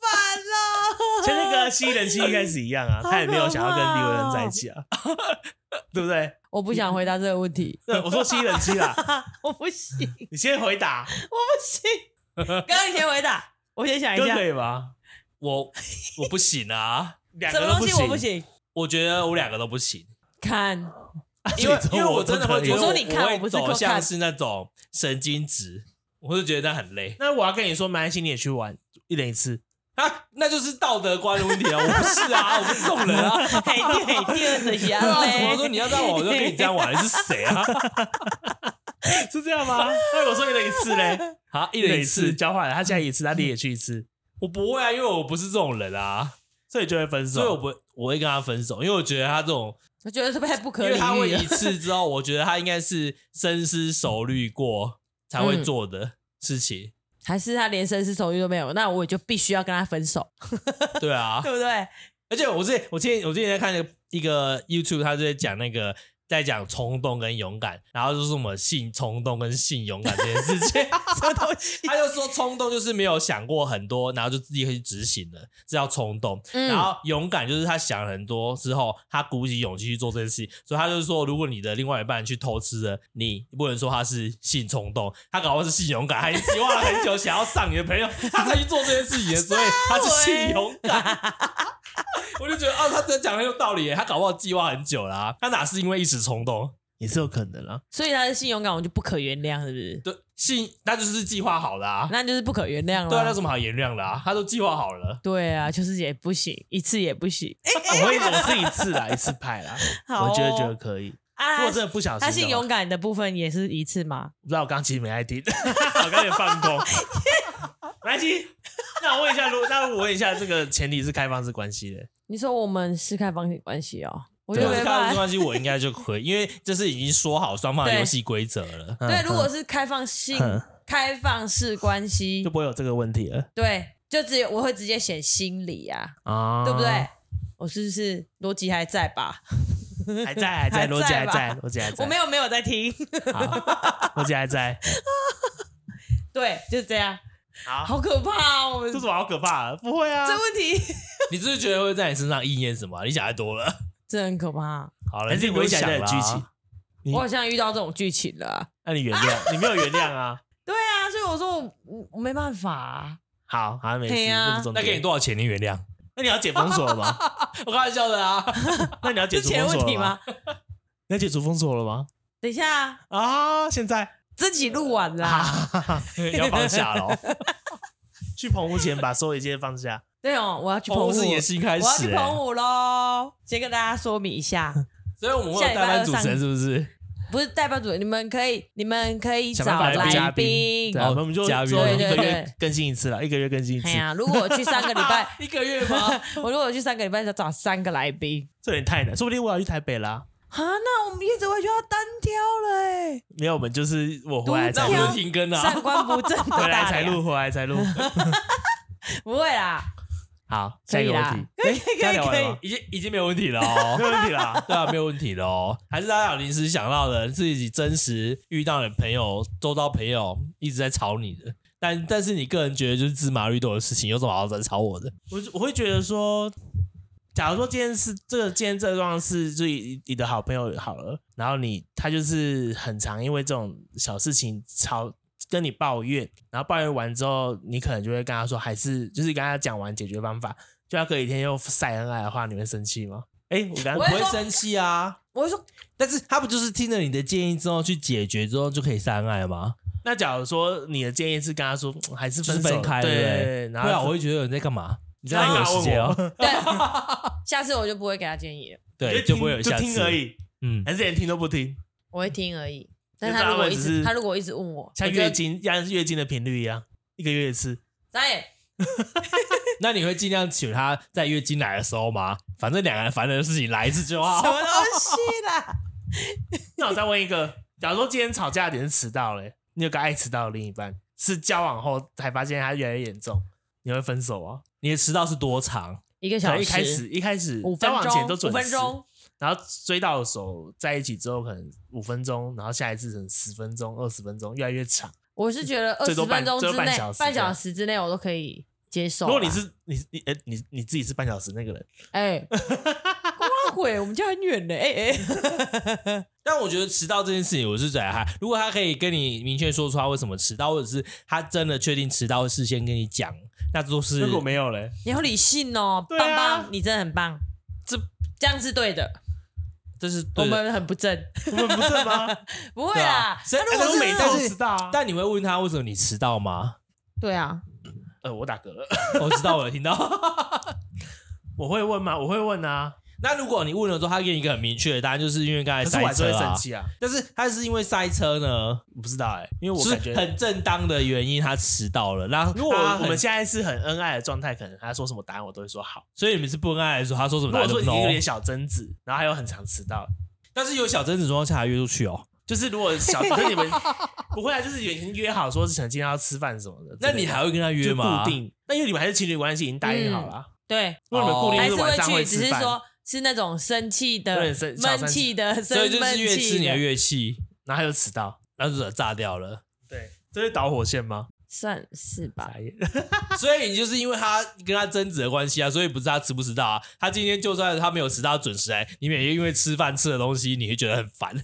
烦了。
像那个《新人期》一开始一样啊，
哦
好
他也没有想要跟李维仁在一起啊， 对不对？
我不想回答这个问题，
对，我说《新人期》啦，
我不行，我
你先回答
不行。刚刚你先回答，我先想一
就
下
可，以吧？
我我不行啊，
两
什
个
么
都
东西我
行，
不行。
我觉得我两个都不行，
看，
啊
因为
所以
因为我
都
真的
可
会
以
觉得
我说你看
我
我不是
走
说
像
看
是那种神经质，我就觉得那很累
那我要跟你说，马来西亚你也去玩一人一次，
啊，那就是道德观的问题啊，我不是啊，我不是这种人啊。
嘿嘿，第二的 呀
对啊，什么说你要这样玩，我就跟你这样玩，是谁啊？
是这样吗？ 那我说一人一次嘞，
好，一
一
人
人
一
一
次
次，交换了，他现在一次，他你也去一次，
我不会啊，因为我不是这种人啊，
所以就会分手。
所以我不我会跟他分手，因为我觉得他这种，
我觉得是不是太不可啊
因
理
为他会
喻
一
了？
次之后，我觉得他应该是深思熟虑过才
嗯
会做的事情。
还是他连深思熟虑都没有？那我就必须要跟他分手，
对啊，
对不对？
而且我之前我之前我之前在看一个一个 YouTube，他就在讲那个在讲冲动跟勇敢，然后就是什么性冲动跟性勇敢这件事情，
什么东西？
他就说冲动就是没有想过很多，然后就自己会去执行了，这叫冲动。
嗯
然后勇敢就是他想很多之后，他鼓起勇气去做这件事情。所以他就是说，如果你的另外一半去偷吃了，你不能说他是性冲动，他搞不好是性勇敢，他计划了很久想要上你的朋友，他才去做这件事情的，所以他是性勇 敢。啊我就觉得，哦，他这讲得很有道理耶，他搞不好计划很久啦、他哪是因为一时冲动？
也是有可能啊啦。
所以他的性勇敢，我就不可原谅，是不是？
对，信那就是计划好的啊，
那就是不可原谅了。
对啊，那什么好原谅的啊？他都计划好了，
对啊，就是也不行，一次也不行。
我会我是一次啦，一次派啦，
好哦
我觉得觉得可以。如
啊
果，真的不小心，
他性勇，敢的部分也是一次吗？
不知道我刚其实没爱 听，我刚才放空。来系，那我问一下，如果那我问一下，这个前提是开放式关系的，
你说我们是开放性关系哦，我
对
就
啊，
没
开放
办
式
法。
关系我应该就可以，因 为这是已经说好双方的
对
游戏规则了。
嗯
对，如果是开放性
嗯
开放式关系
就，不会有这个问题了
对，就只有我会直接写心理啊，
啊
对不对？？我是不是逻辑还在吧？
还在，还
还
在，
在
罗姐还
吧
在，罗姐还在，
我没有没有在听，
好，罗姐还在，
对，就是这样，
好，
好可怕哦！我们
这
这
怎么好可怕的？不会啊，
问题
你是不是觉得会在你身上应验什么啊？你想太多了。
真的很可怕。
好了，
还是
你
你
不
回
用
想
想
的
了
剧情
啊。，
你
我好像遇到这种剧情了啊、
那你原谅，你没有原谅啊？
对啊，所以我说我我我没办法、啊，
好，好，没事，
对啊
这不重
那
点
给你多少钱？你原谅？
那你要解封锁了吗？
我开玩笑的啊。
那你要解
是
除
钱的
封
问
锁
题
了吗
吗？？
你要解除封锁了吗？
等一下啊，
啊，现在
自己录完啦。
啊，
要放下了哦，
去澎湖前把所有一切放下。
对哦，我要 去澎
澎
湖，
湖是你的新开
我要去
始、
澎
欸，
湖喽。先跟大家说明一 下，
所以我们会有代班主持人是不是？
不是代表组，你们可以，你们可以
想
找
办法来
来
嘉
宾
对。
好
啊，我们就
加
周
油
一
对
个
对
月
对
更新一次了，一个月更新一次
哎，呀，如果我去三个礼 拜，
一个月吗？
我如果去三个礼拜，就找三个来宾。
这有点太难。说不定我要去台北啦。
啊，那我们叶子会就要单挑了欸，
没有，我们就是我回来
那
才
我们就
录，
停更
三
啊。
观不正的
回来
大
才
梁，
录，回 来才录。
不会啦，
好，下
可
一
以
个问
啦
题，，哎，刚才聊完了吗
已经已经没有问题了
没
哦。
有问题啦。
对啊，没有问题了哦。还是大家有临时想到的，自己真实遇到的朋友、周遭朋友一直在吵你的，但但是你个人觉得就是芝麻绿豆的事情，有什么好在吵我的？
我我会觉得说，假如说今天是这个今天这个状况是就你你的好朋友好了，然后你他就是很常因为这种小事情吵跟你抱怨，然后抱怨完之后，你可能就会跟他说，还是就是跟他讲完解决方法，就他隔几天又晒恩爱的话，你会生气吗？哎，我刚
不
我会
会
说
生气啊。
我会说
但是他不就是听了你的建议之后去解决之后就可以相爱吗？
那假如说你的建议是跟他说，嗯还是
就是
分手
分开，
对
对不
对
对
对，然
对啊，我
后
会觉得你在干嘛？你在
然后
浪
他
费我时
问
间
我
哦。
对，下次我就不会给他建议了，
对，
就
就不会有
听就
下次
听而。已，哎
嗯，
还是连听都不听，
我会听而已。但
就
他如
大
果
卫
一
只是
直他如果一直问我，
像
我就
月经像月经的频率一样，一个月一次。
眨 眼，
那你会尽量请他在月经来的时候吗？反正两个人烦的事情来一次就
什
哦
好。
么东西啦？
那我再问一个，假如说今天吵架的点是迟到嘞，你有个爱迟到的另一半，是交往后才发现他越来越严重，你会分手啊？
你的迟到是多长？
一个
可
小时，
能一开始一开始
五分
交往前都
钟，
准
五
时
分钟，
然后追到手在一起之后可能五分钟，然后下一次可能十分钟、二十分钟，越来越长。
我是觉得二十
最多半
分钟之
最多
内，
半小时
半小时之内我都可以接受
如
啦。
果你是你你哎、你你自己是半小时那个人，
哎， 光毁我们家很远呢，哎哎，
但我觉得迟到这件事情，我是觉得还，如果他可以跟你明确说出他为什么迟到，或者是他真的确定迟到，会事先跟你讲，那都是
如果没有嘞，
你好理性哦，
对
棒
啊
棒，你真的很棒，这这样是对的，
这是对
我
的
们很不正，
我们不 正吗？
不会
对啊
啦，。
但
如果是每次
但
都迟到啊
但你会问他为什么你迟到吗？
对啊，
呃，我打嗝了，
我知道，我有听到。
我会问吗？我会问啊，
那如果你问了之后，他给你一个很明确的答案，就是因为刚才
可是我
塞
还是会
车
生
啊。
气啊，
但是他是因为塞车呢，
我不知道哎、因为我
是
感觉
很正当的原因，他迟到了。那
如果
他
我
很
我们现在是很恩爱的状态，可能他说什么答案我都会说好。
所以你们是不恩爱的时候，他说什
如
么
果
来都
说已经有
no，
点小争执，然后还有很常迟到，
但是有小争执状况下还约出去哦。
就是如果小就是你们 不会啊，就是已经约好说是想今天要吃饭什么的，
那你还会跟他
之类
约
的就
吗？
固定？那因为你们还是情侣关系，已经答应好了啊。
对，
如果你们固定
哦还
是
是
晚
会
上
去，
吃
只是
饭，
说是那种生气
有
的
点生、小生
闷
气
气的、生
所以就是越
闷
吃
气
你的
的，
越气，
然后他就迟到，
然后就炸掉了。
对，这是导火线吗？
算是吧。
傻眼
所以你就是因为他跟他争执的关系啊，所以不是他迟不迟到啊。他今天就算他没有迟到准时来，你们也因为吃饭吃的东西，你会觉得很 烦。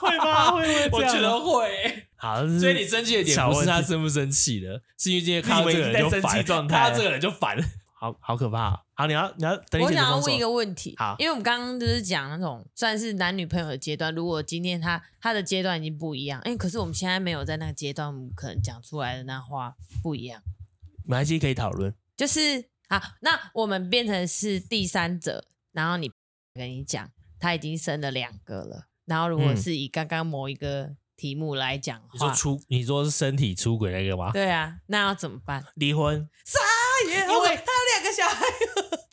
会吗？会会
我
这样
觉
吗
得会欸、
好，就 是
所以你生气的点不是
小
他
问题
生不生气的，是因为今天看到这个人就
你以为你在生
烦
气，状态
看到这个人就烦。
好好可怕哦。好，你要你要等你
我
解决
想要
封
问一
锁。
个问题，
好
因为我们刚刚就是讲那种算是男女朋友的阶段，如果今天他他的阶段已经不一样，哎、可是我们现在没有在那个阶段，我们可能讲出来的那话不一样，
没关系，可以讨论。
就是啊，那我们变成是第三者，然后你跟你讲他已经生了两个了，然后如果
嗯
是以刚刚某一个题目来讲的
你
话，
说出，你说是身体出轨那个吗？
对啊，那要怎么办？
离婚，
因为他
因为
哦有两个小孩，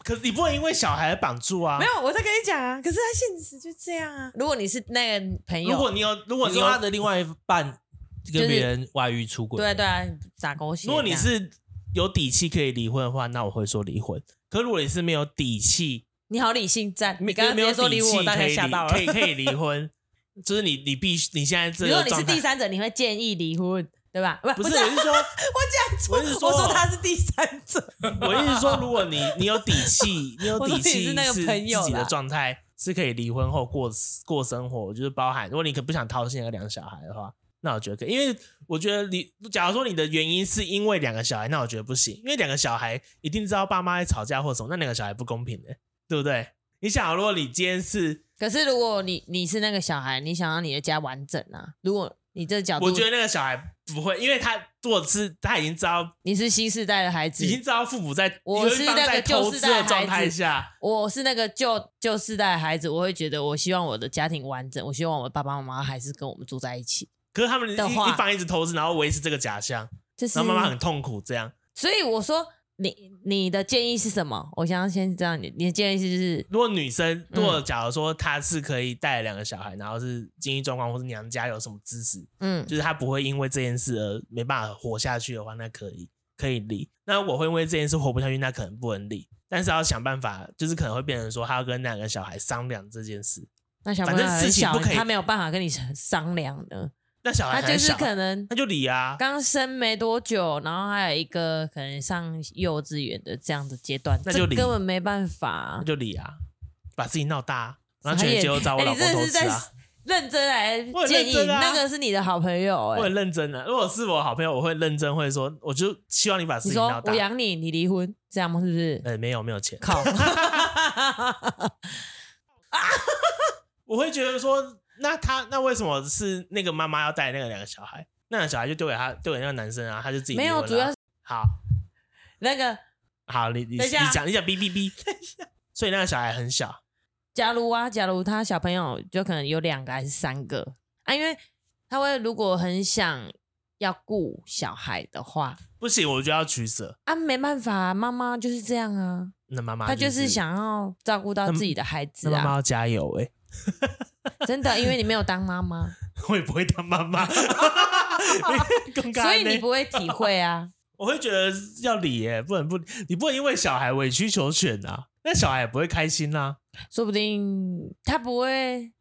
可是你不能因为小孩绑住啊。
有，我在跟你讲啊，可是他现实就这样啊。如果你是那个朋友，
如果你有，如果
你
你
说
有，
他的另外一半
就
跟
是
别人外遇出轨，
对对啊，打狗血。
如果你是有底气可以离婚的话，那我会说离婚。可如果你是没有底气，
你好理性站，
没
你刚刚
没
直
有
接说
底
离
气
我，大
可
家
以
吓
离
到了
可。以可以离婚，就是你你必须你现在这
如果
个
你是
状态
第，三者，你会建议离婚，对吧？不不
不是
是
我
啊，
是说，
我
我
讲
是
错，
说
我说他是第三者。
我意思是说，如果你你有底气，你有
我说
底
你
气
是那个朋友啦
自己的状态是可以离婚后过过生活，就是包含如果你可不想掏心有两个小孩的话，那我觉得可以，因为我觉得你假如说你的原因是因为两个小孩，那我觉得不行，因为两个小孩一定知道爸妈在吵架或什么，那两个小孩不公平的、对不对？你想，如果你今天是，
可是如果你你是那个小孩，你想要你的家完整啊，如果你这角度，
我觉得那个小孩不会，因为他如果是他已经知道，
你是新世代的孩子
已，经知道父母在
我是
有一方
那个
在
旧
投
世
资
代的
的状
孩
态
子
下，
我是那个旧旧世代的孩子，我会觉得我希望我的家庭完整，我希望我的爸爸妈妈还是跟我们住在一起。
可是他们一
的话
一方一直投资，然后维持这个假象。
这是
然后妈妈很痛苦，这样。
所以我说你你的建议是什么？我想要先知道你你的建议是就是
如果女生，
嗯
如果假如说她是可以带两个小孩，然后是经济状况或是娘家有什么支持，
嗯
就是她不会因为这件事而没办法活下去的话，那可以可以离。那我会因为这件事活不下去，那可能不能离。但是要想办法，就是可能会变成说，她要跟那两个小孩商量这件事。
那小朋
反
友
正
很
事情
小，
不可以
他没有办法跟你商量的，
那小
他
孩
就
很
是
小，
可能
那就离啊。
刚生没多久，然后还有一个可能上幼稚园的这样的阶段，
那就
这
离
根本没办法、啊
那。就离啊，把自己闹大、啊，然后
傻
全
眼
结果找我
哎
老
你真
公
的
偷
是
吃
在
啊。
认真来
我很
建
认
议，
真啊
那个是你的好朋友哎、
我很认真的、如果是我好朋友，我会认真会说，我就希望你把事
你
情闹
说
大
我。养你，你离婚这样吗？是不是？
呃，没有没有钱，
靠！
我会觉得说，那他那为什么是那个妈妈要带那个两个小孩？那两个小孩就丢给他，丢给那个男生啊，他就自己
没
离
有，
婚
主
啦
要是
好
那个
好，你你
等
你
一下
讲你讲哔哔哔，所以那个小孩很小，
假如啊，假如他小朋友就可能有两个还是三个啊，因为他会如果很想要顾小孩的话
不行，我就要取舍。
啊，没办法、妈妈就是这样啊，
那妈妈、
她
就
就是，想要照顾到自己的孩
那
子
妈妈
啊，
要加油哎、欸，
真的，因为你没有当妈 妈，
我也不会当 妈妈，所
所以你不会体会啊。
我会觉得要理耶、不能不，你不能因为小孩委曲求全啊，那小孩也不会开心啊啦、
说不定他不会，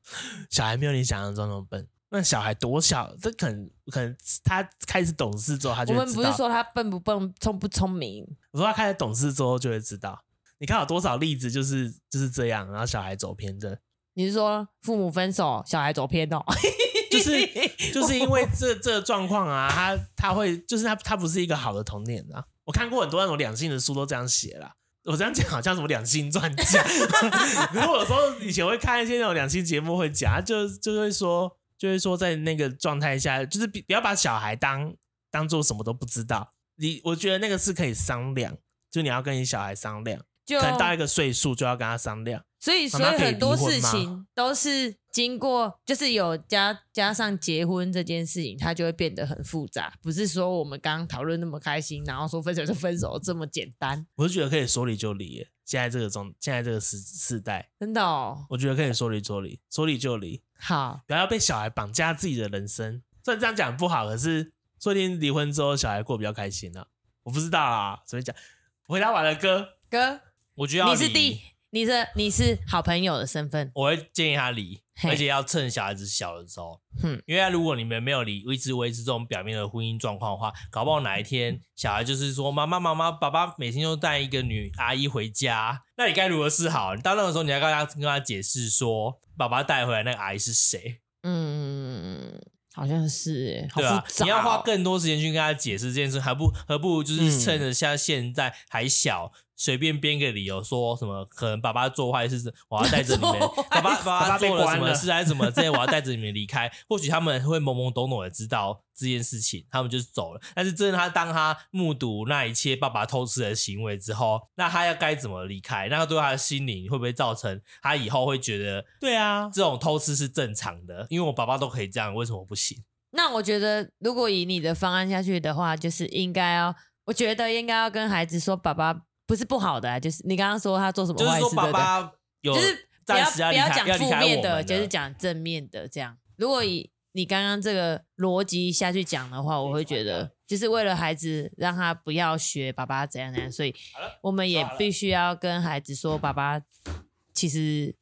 小孩没有你想象中那么笨。那小孩多小？这可能可能他开始懂事之后， 他
我
就会
们
知
不
道。
是说他笨不笨、聪不聪明，
我说他开始懂事之后就会知道。你看有多少例子就是就是这样，然后小孩走偏的，
你是说父母分手，小孩走偏哦？
就是就是因为这这个状况啊，他他会就是他他不是一个好的童年啊。我看过很多那种两性的书都这样写啦。我这样讲好像什么两性专家， 可是我有时候以前会看一些那种两性节目会讲，他就就会说就会说在那个状态下，就是不不要把小孩当当做什么都不知道。你我觉得那个是可以商量，就你要跟你小孩商量，
就
可能到一个岁数就要跟他商量。
所以，所
妈
以
妈可以
很多
离婚
事
吗
情都是经过，就是有加加上结婚这件事情，它就会变得很复杂。不是说我们刚刚讨论那么开心，然后说分手就分手这么简单，
我是觉得可以说理就理耶。现在这个中，现在这个时时代，
真的哦。
我觉得可以说理就理，说理就理，
好，
不要被小孩绑架自己的人生。虽然这样讲不好，可是说不定离婚之后小孩过得比较开心呢、我不知道啊，随便讲。回答完了哥，
哥，
我觉得要
你是
离
第，你是你是好朋友的身份，
我会建议他离，
嘿
而且要趁小孩子小的时候。
嗯
嗯，因为如果你们没有离，一直维持这种表面的婚姻状况的话，搞不好哪一天小孩就是说妈妈妈妈，爸爸每天都带一个女阿姨回家，那你该如何是好？你到那个时候你要跟他跟他解释说，爸爸带回来那个阿姨是谁，
嗯，好像是耶，好
对
啊
吧
复杂、哦。
你要花更多时间去跟他解释这件事，还不何不就是趁着像现在还小，随便编个理由说什么，可能爸爸做坏事，我要带着你们
做，
爸爸爸
爸
爸
爸被
做了什
关
么
了
事还是什么之类，我要带着你们离开。或许他们会懵懵懂懂的知道这件事情，他们就是走了。但是真的他当他目睹那一切爸爸偷吃的行为之后，那他要该怎么离开？那他对他的心灵会不会造成他以后会觉得
对啊，
这种偷吃是正常的？因为我爸爸都可以这样，为什么我不行？
那我觉得，如果以你的方案下去的话，就是应该要，我觉得应该要跟孩子说，爸爸不是不好的啊、就是你刚刚说他做什么
就是
坏
说
事，
爸
对不对？
爸有
就是不
暂
要
时
不
离
要
开，
讲
要离
负
开我
面
们
的，就是
了
讲正面的这样。如果以你刚刚这个逻辑下去讲的话，我会觉得就是为了孩子让他不要学爸爸怎样怎样，所以我们也必须要跟孩子说，爸爸其实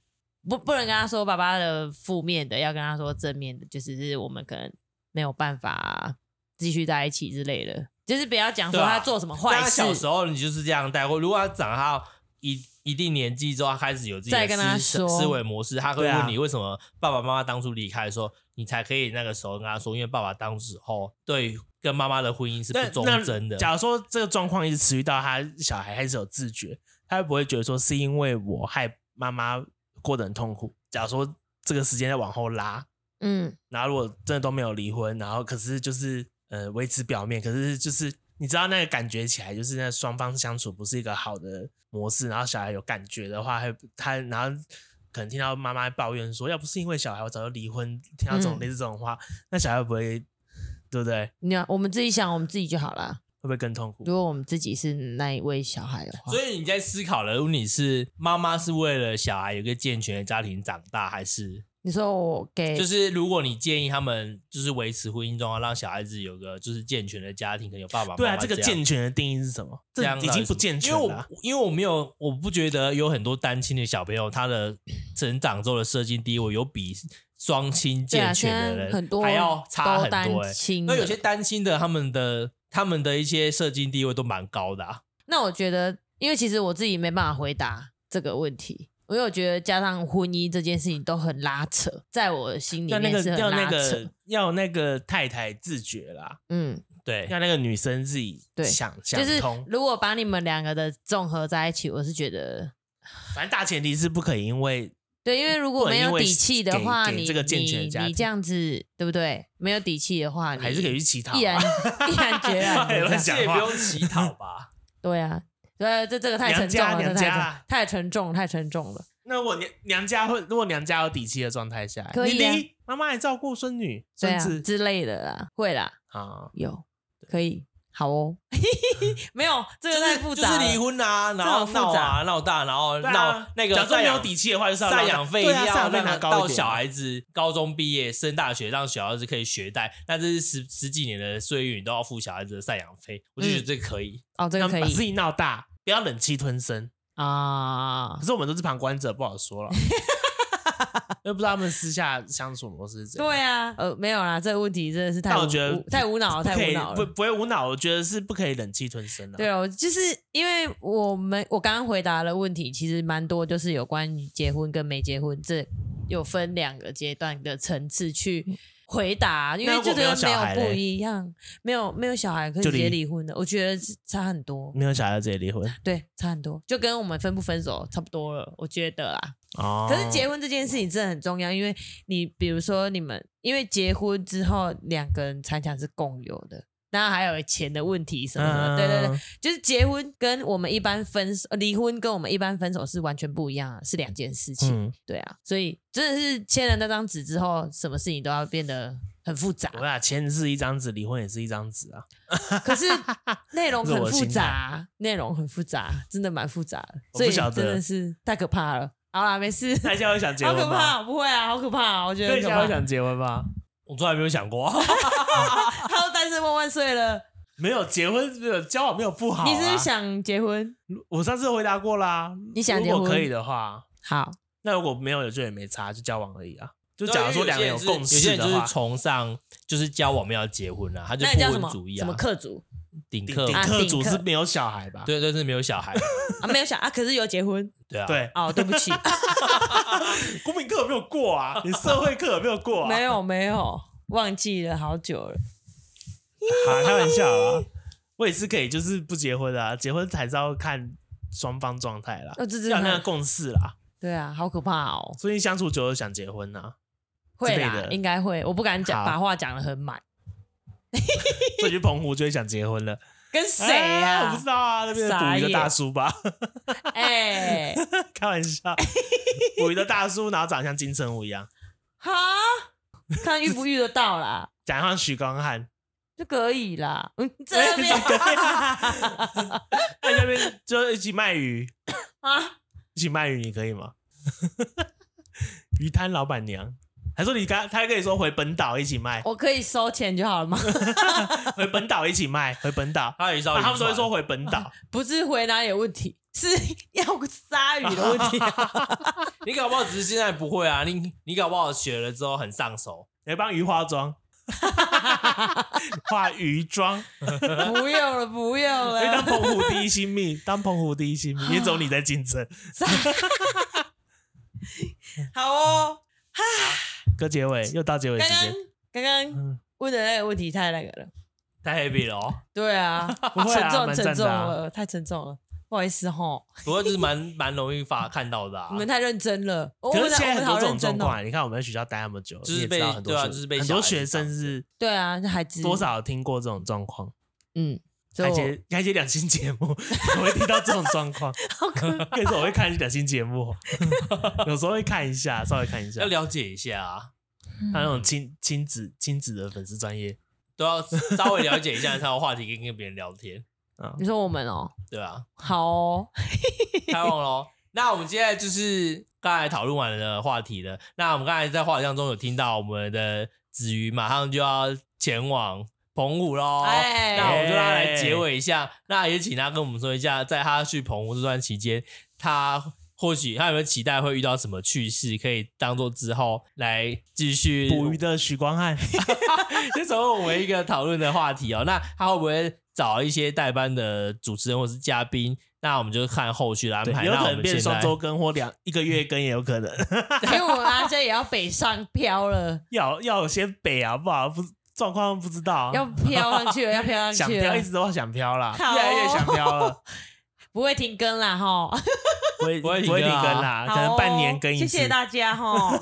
不不能跟他说爸爸的负面的，要跟他说正面的，就只是我们可能没有办法继续在一起之类的，就是不要讲说
对啊
他做什么
但
坏
他
事。
小时候你就是这样带过，如果他长到一一定年纪之后，他开始有自己
再
的
跟他
思
说
思维模式，他会
对啊
问你为什么爸爸妈妈当初离开的时候，你才可以那个时候跟他说，因为爸爸当时候对跟妈妈的婚姻是
那
不忠
那
贞的。
假如说这个状况一直持续到他小孩开始有自觉，他会不会觉得说是因为我害妈妈过得很痛苦？假如说这个时间再往后拉，
嗯，
然后如果真的都没有离婚，然后可是就是呃维持表面，可是就是你知道那个感觉起来，就是那双方相处不是一个好的模式，然后小孩有感觉的话，会他然后可能听到妈妈抱怨说，要不是因为小孩，我早就离婚。听到这种
嗯
类似这种话，那小孩会不会对不对？
你看我们自己想，我们自己就好了。
会不会更痛苦？
如果我们自己是那一位小孩的话，
所以你在思考了，如果你是妈妈是为了小孩有一个健全的家庭长大，还是
你说我给
就是如果你建议他们就是维持婚姻状况，让小孩子有个就是健全的家庭，可能有爸爸妈妈
对啊，这个
样
健全的定义是什么？
这
这
样
已
到底
经
是
不健全
因为
了
我
啊。
因为我没有，我不觉得有很多单亲的小朋友，他的成长之后的社经地位有比双亲
对啊，
健
现
全的
在
人
很多
还要差
都
很
单
多、欸。
亲
那
了，
有些单亲的，他们的他们的一些社经地位都蛮高的、啊。
那我觉得，因为其实我自己没办法回答这个问题，因为我觉得加上婚姻这件事情都很拉扯，在我心里
要那
面
个
是很
要那
拉扯
个。要那个太太自觉啦，
嗯，
对，
要那个女生自己
对
想想
就是
通。
如果把你们两个的综合在一起，我是觉得。
反正大前提是不可以因为
对，因为如果
不能
没
因
有
为
底气的
给
话，
给
你
这个健全的
你
家
你
庭
这样子对不对？没有底气的话，
还是可以去乞讨啊、
毅然 毅然决 然
哎
的这
乱
样。
讲
这也不
话
用乞讨吧？
对啊，对，这这个太
娘
沉重
家
了，这太
娘家
沉
啦
太沉重，太沉重了。
那我娘娘家会，如果娘家有底气的状态下，
可以
你
啊
第一妈妈来照顾孙女、
对
孙
啊
子
之类的啦，会啦，
啊，
有可以，好哦。 没有这
就
个太
是
复
就
杂
是离
了。
婚啊，然
这
后
很复
闹啊
杂
闹大，然后
对啊
闹那个
假如说
赡
没有
养
底气的话，就是要让
赡养费一
对
定
啊，赡
要
养费
让
拿
他
高
到
一点
小孩子高中毕业升大学，让小孩子可以学贷，那这是十十几年的岁月，你都要付小孩子的赡养费，我就觉得这个可以。
哦，这
他
个
们
可
把自
以
己闹大，不要忍气吞声。
啊
可。是我们都是旁观者，不 好说了，又不知道他们私下相处模式是怎样。
对啊，呃，没有啦，这个问题真的是太
但我
无
觉得
无太无脑了，
不
太
可
无
以
脑
不
了。
不会无脑，我觉得是不可以忍气吞声的。
对哦，就是因为我们我刚刚回答的问题其实蛮多，就是有关于结婚跟没结婚，这有分两个阶段的层次去回答，啊因
嗯那
为
如果
这
没有
个
小
没
孩
有不
嘞
一样，没有没有小孩可以
就
直接
离
离婚的，我觉得是差很多，
没有小孩直接离 婚
对，差很多，就跟我们分不分手差不多了，我觉得啊啦。
嗯
哦
可是结婚这件事情真的很重要，因为你比如说你们，因为结婚之后两个人财产是共有的，那还有钱的问题什么的，
嗯
对对对，，就是结婚跟我们一般分手、呃离婚跟我们一般分手是完全不一样啊的，是两件事情，
嗯，
对啊，所以真的是签了那张纸之后，什么事情都要变得很复杂
我，俩签字一张纸，离婚也是一张纸啊。
可是内容
这是
很
我的
复
心
杂，内容很复杂，真的蛮复杂的，
我不
所以
晓得
真的是太可怕了。好啦，没事。
那现在会想结
好
婚
可
吗？
怕，不会啊，好可怕、啊，我觉得
对，
很可
现在
怕
会。想结婚吗？
我从来没有想 过，
他都单身万万岁了，
没有结婚，没有交往，没有不 好啊。
你是不是想结婚？
我上次回答过啦。
你想结婚
如果可以的话，
好，
那如果没有就也没差，就交往而已啊。就
就
假如说两个人有共
有些
识
人就
的
是
话，
崇尚就是交往没有结婚啊，他就
那你叫什
不
么
婚主义
什
啊
么，客族
顶
顶
客
顶
啊
客
顶
组
客
是没有小孩吧？
对对是没有小孩，
啊？没有想啊，可是有结婚
对啊，
对，
哦，对不 起，
公民课有没有过 啊？你社会课有没有过 啊？
没有没有，忘记了好久了。
好，开玩笑啊，我也是可以，就是不结婚的啊，结婚才是要看双方状态啦，
哦，这
要
真
有那个
的
共识啦。
对啊，好可怕哦！
所以相处久了想结婚啊呐、
会
之类
啦，
的
应该会，我不敢讲，
好
把话讲的很满。
所以去澎湖就会想结婚了。
跟谁
哎我
呀
不知？道啊，那边的捕鱼
傻
的
眼
大叔吧，
哎，
开 玩笑，捕鱼的大叔，然后长得像金城武一样，
哈，看遇不遇得到啦，
长得像许光汉，
就可以啦。嗯，
哎
这边
在那边就一起卖鱼，
啊，
一起卖鱼，你可以吗？ 鱼摊老板娘，还说你刚，他跟你说回本岛一起卖，
我可以收钱就好了吗？
回本岛一起卖，回本岛。
他有一艘
啊
渔船，
他们都会说回本 岛，
不是回答你的问题，是要鲨鱼的问 题啊。
你搞不好只是现在不会啊，你你搞不好学了之后很上手，
有一帮鱼 化妆，化鱼妆，
不用了，不用
所以当
了，
澎湖第一新密，当澎湖第一新密，也只有你在竞争。
好哦。
哥结尾又到结尾
刚
时
刚
间，嗯
刚刚问的那个问题太那个了，
太 heavy 了哦。
对 啊，
会啊
沉重
蛮
沉
赞
重
的啊
了，太沉重了，不好意思吼，
不过就是蛮蛮容易发看到的啊
你。们太认真了，哦我
可
们
是现在
我
很
们
多
好
这种
认
状
真
况啊，
哦。
你看我们在学校待那么久，
就是
你也知
被
道很多
对啊
学
就是被
很
小
多
孩子
学生是
对啊，那孩子
多少有听过这种状况。
嗯，所以
开
我
节开节两性节目，我会听到这种 状况。
好可
跟你说，我会看两性节目，有时候会看一下，稍微看一下
要。了解一下啊，
他那种亲亲子亲子的粉丝专业，
都要稍微了解一下，才有话题可以跟别人聊天，
你说我们哦，
对啊吧、
好哦，
开放喽。哦那我们现在就是刚才讨论完了话题了。那我们刚才在话题当中有听到我们的子瑜马上就要前往澎湖喽，
哎
那我们就让他来结尾一下。那也请他跟我们说一下，在他去澎湖这段期间，他或许他有没有期待会遇到什么趣事，可以当做之后来继续
捕鱼的许光汉，
这成为我们一个讨论的话题哦。那他会不会找一些代班的主持人或是嘉宾？那我们就看后续的安
对
排。
有
那
可
我
能
们
变
现
双
在
周更或两一个月更也有可能。
因为我阿家也要北上漂 了，
要要有些北啊好不好？不状况不知道，啊
要漂上去了，要漂
想
上去了
飘，一直都想飘啦，
好哦
越来越想飘了，
不会停更啦吼，
不会
不
不
会
会
停
停
更
更
啊
啦，可
好
能
哦
半年更一次。
谢谢大 家吼，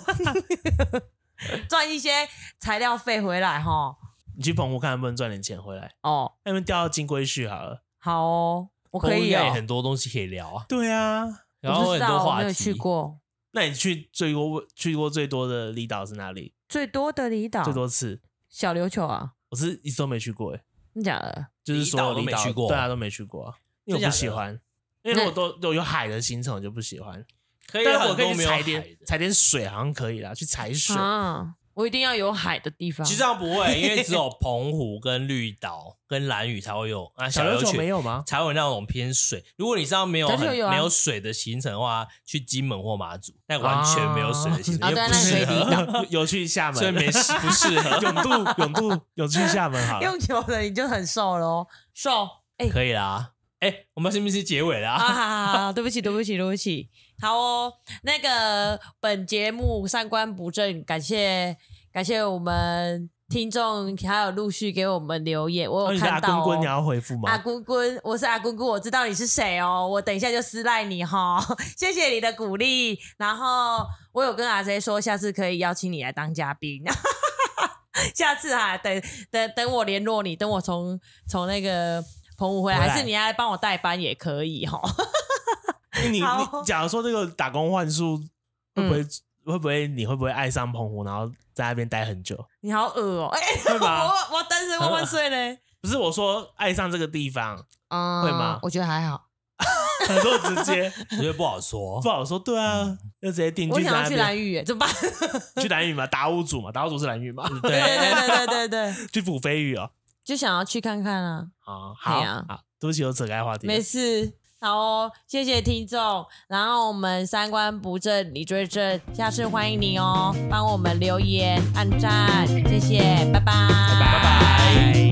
赚一些材料费回来吼，
你去澎湖看能不能赚点钱回来，
哦，
那边钓到金龟婿好了。
好哦，我可
应
以
该也
哦，
很多东西可以聊啊，
对啊，
然
我
后
不
很
知道
多
我
话
没有
题。
去过，
那你去最多去过最多的离岛是哪里？
最多的离岛
最多次？
小琉球啊，
我是一次都没去过，哎，
真假的？
就是所
离
有
岛都
离
没
岛
去过
对啊，都没去过啊，因为我不喜欢。因为我都都有海的行程，我就不喜欢。
可以
但是我
很
可
多
以
没哎有
去踩
海
点
的。
踩点水，好像可以啦。去踩水，
啊，我一定要有海的地方。
其实这啊样不会，因为只有澎湖跟绿岛跟蓝屿才会有啊，
小
琉
琉球没
有
有吗？
才会有那种偏水。如果你这样没有
小琉
很
球有啊
没有水的行程的话，去金门或马祖，那完全没有水的行程，
啊
因为
对
不
那可以
适
离
合，
有 有去厦门，。
所以没适不适合
永渡永渡永去厦门好了。
用久了你就很瘦喽，瘦。哎、
可以啦。哎，我们是不是结尾啦？
啊，好好好，对不起，对不起，对不起。好哦，那个本节目三观不正，感谢感谢我们听众还有陆续给我们留言，我
那
有
你的阿
看
公
到、哦。
公你要回复吗
阿？姑姑，我是阿姑姑，我知道你是谁哦，我等一下就私赖你哈、 谢谢你的鼓励。然后我有跟阿 J 说，下次可以邀请你来当嘉宾。 下次啊，等等等我联络你，等我从从那个澎湖回来，
回来
还是你来帮我代班也可以哈、
因为你
好嗯
你假如说这个打工换宿会不会、会不会你会不会爱上澎湖，然后在那边待很久？
你好恶哦、哎、
会吗
我我单身万万岁呢？
不是我说爱上这个地方，
啊
会吗
我觉得还好。
很多 直接
我觉得不好说
不。好说。对啊，就直接定
哦我
居在
想要
那
去
边。
蓝屿耶，怎么办？
去蓝屿嘛，达悟族嘛，达悟族是蓝屿嘛，
对对对对对对，
去捕飞鱼哦。
就想要去看看啊。
啊，好
对啊
好，对不起，我扯开话题了。
没事，好哦，谢谢听众。然后我们三观不正，你追正，下次欢迎你哦，帮我们留言、按赞，谢谢，拜拜，拜
拜拜。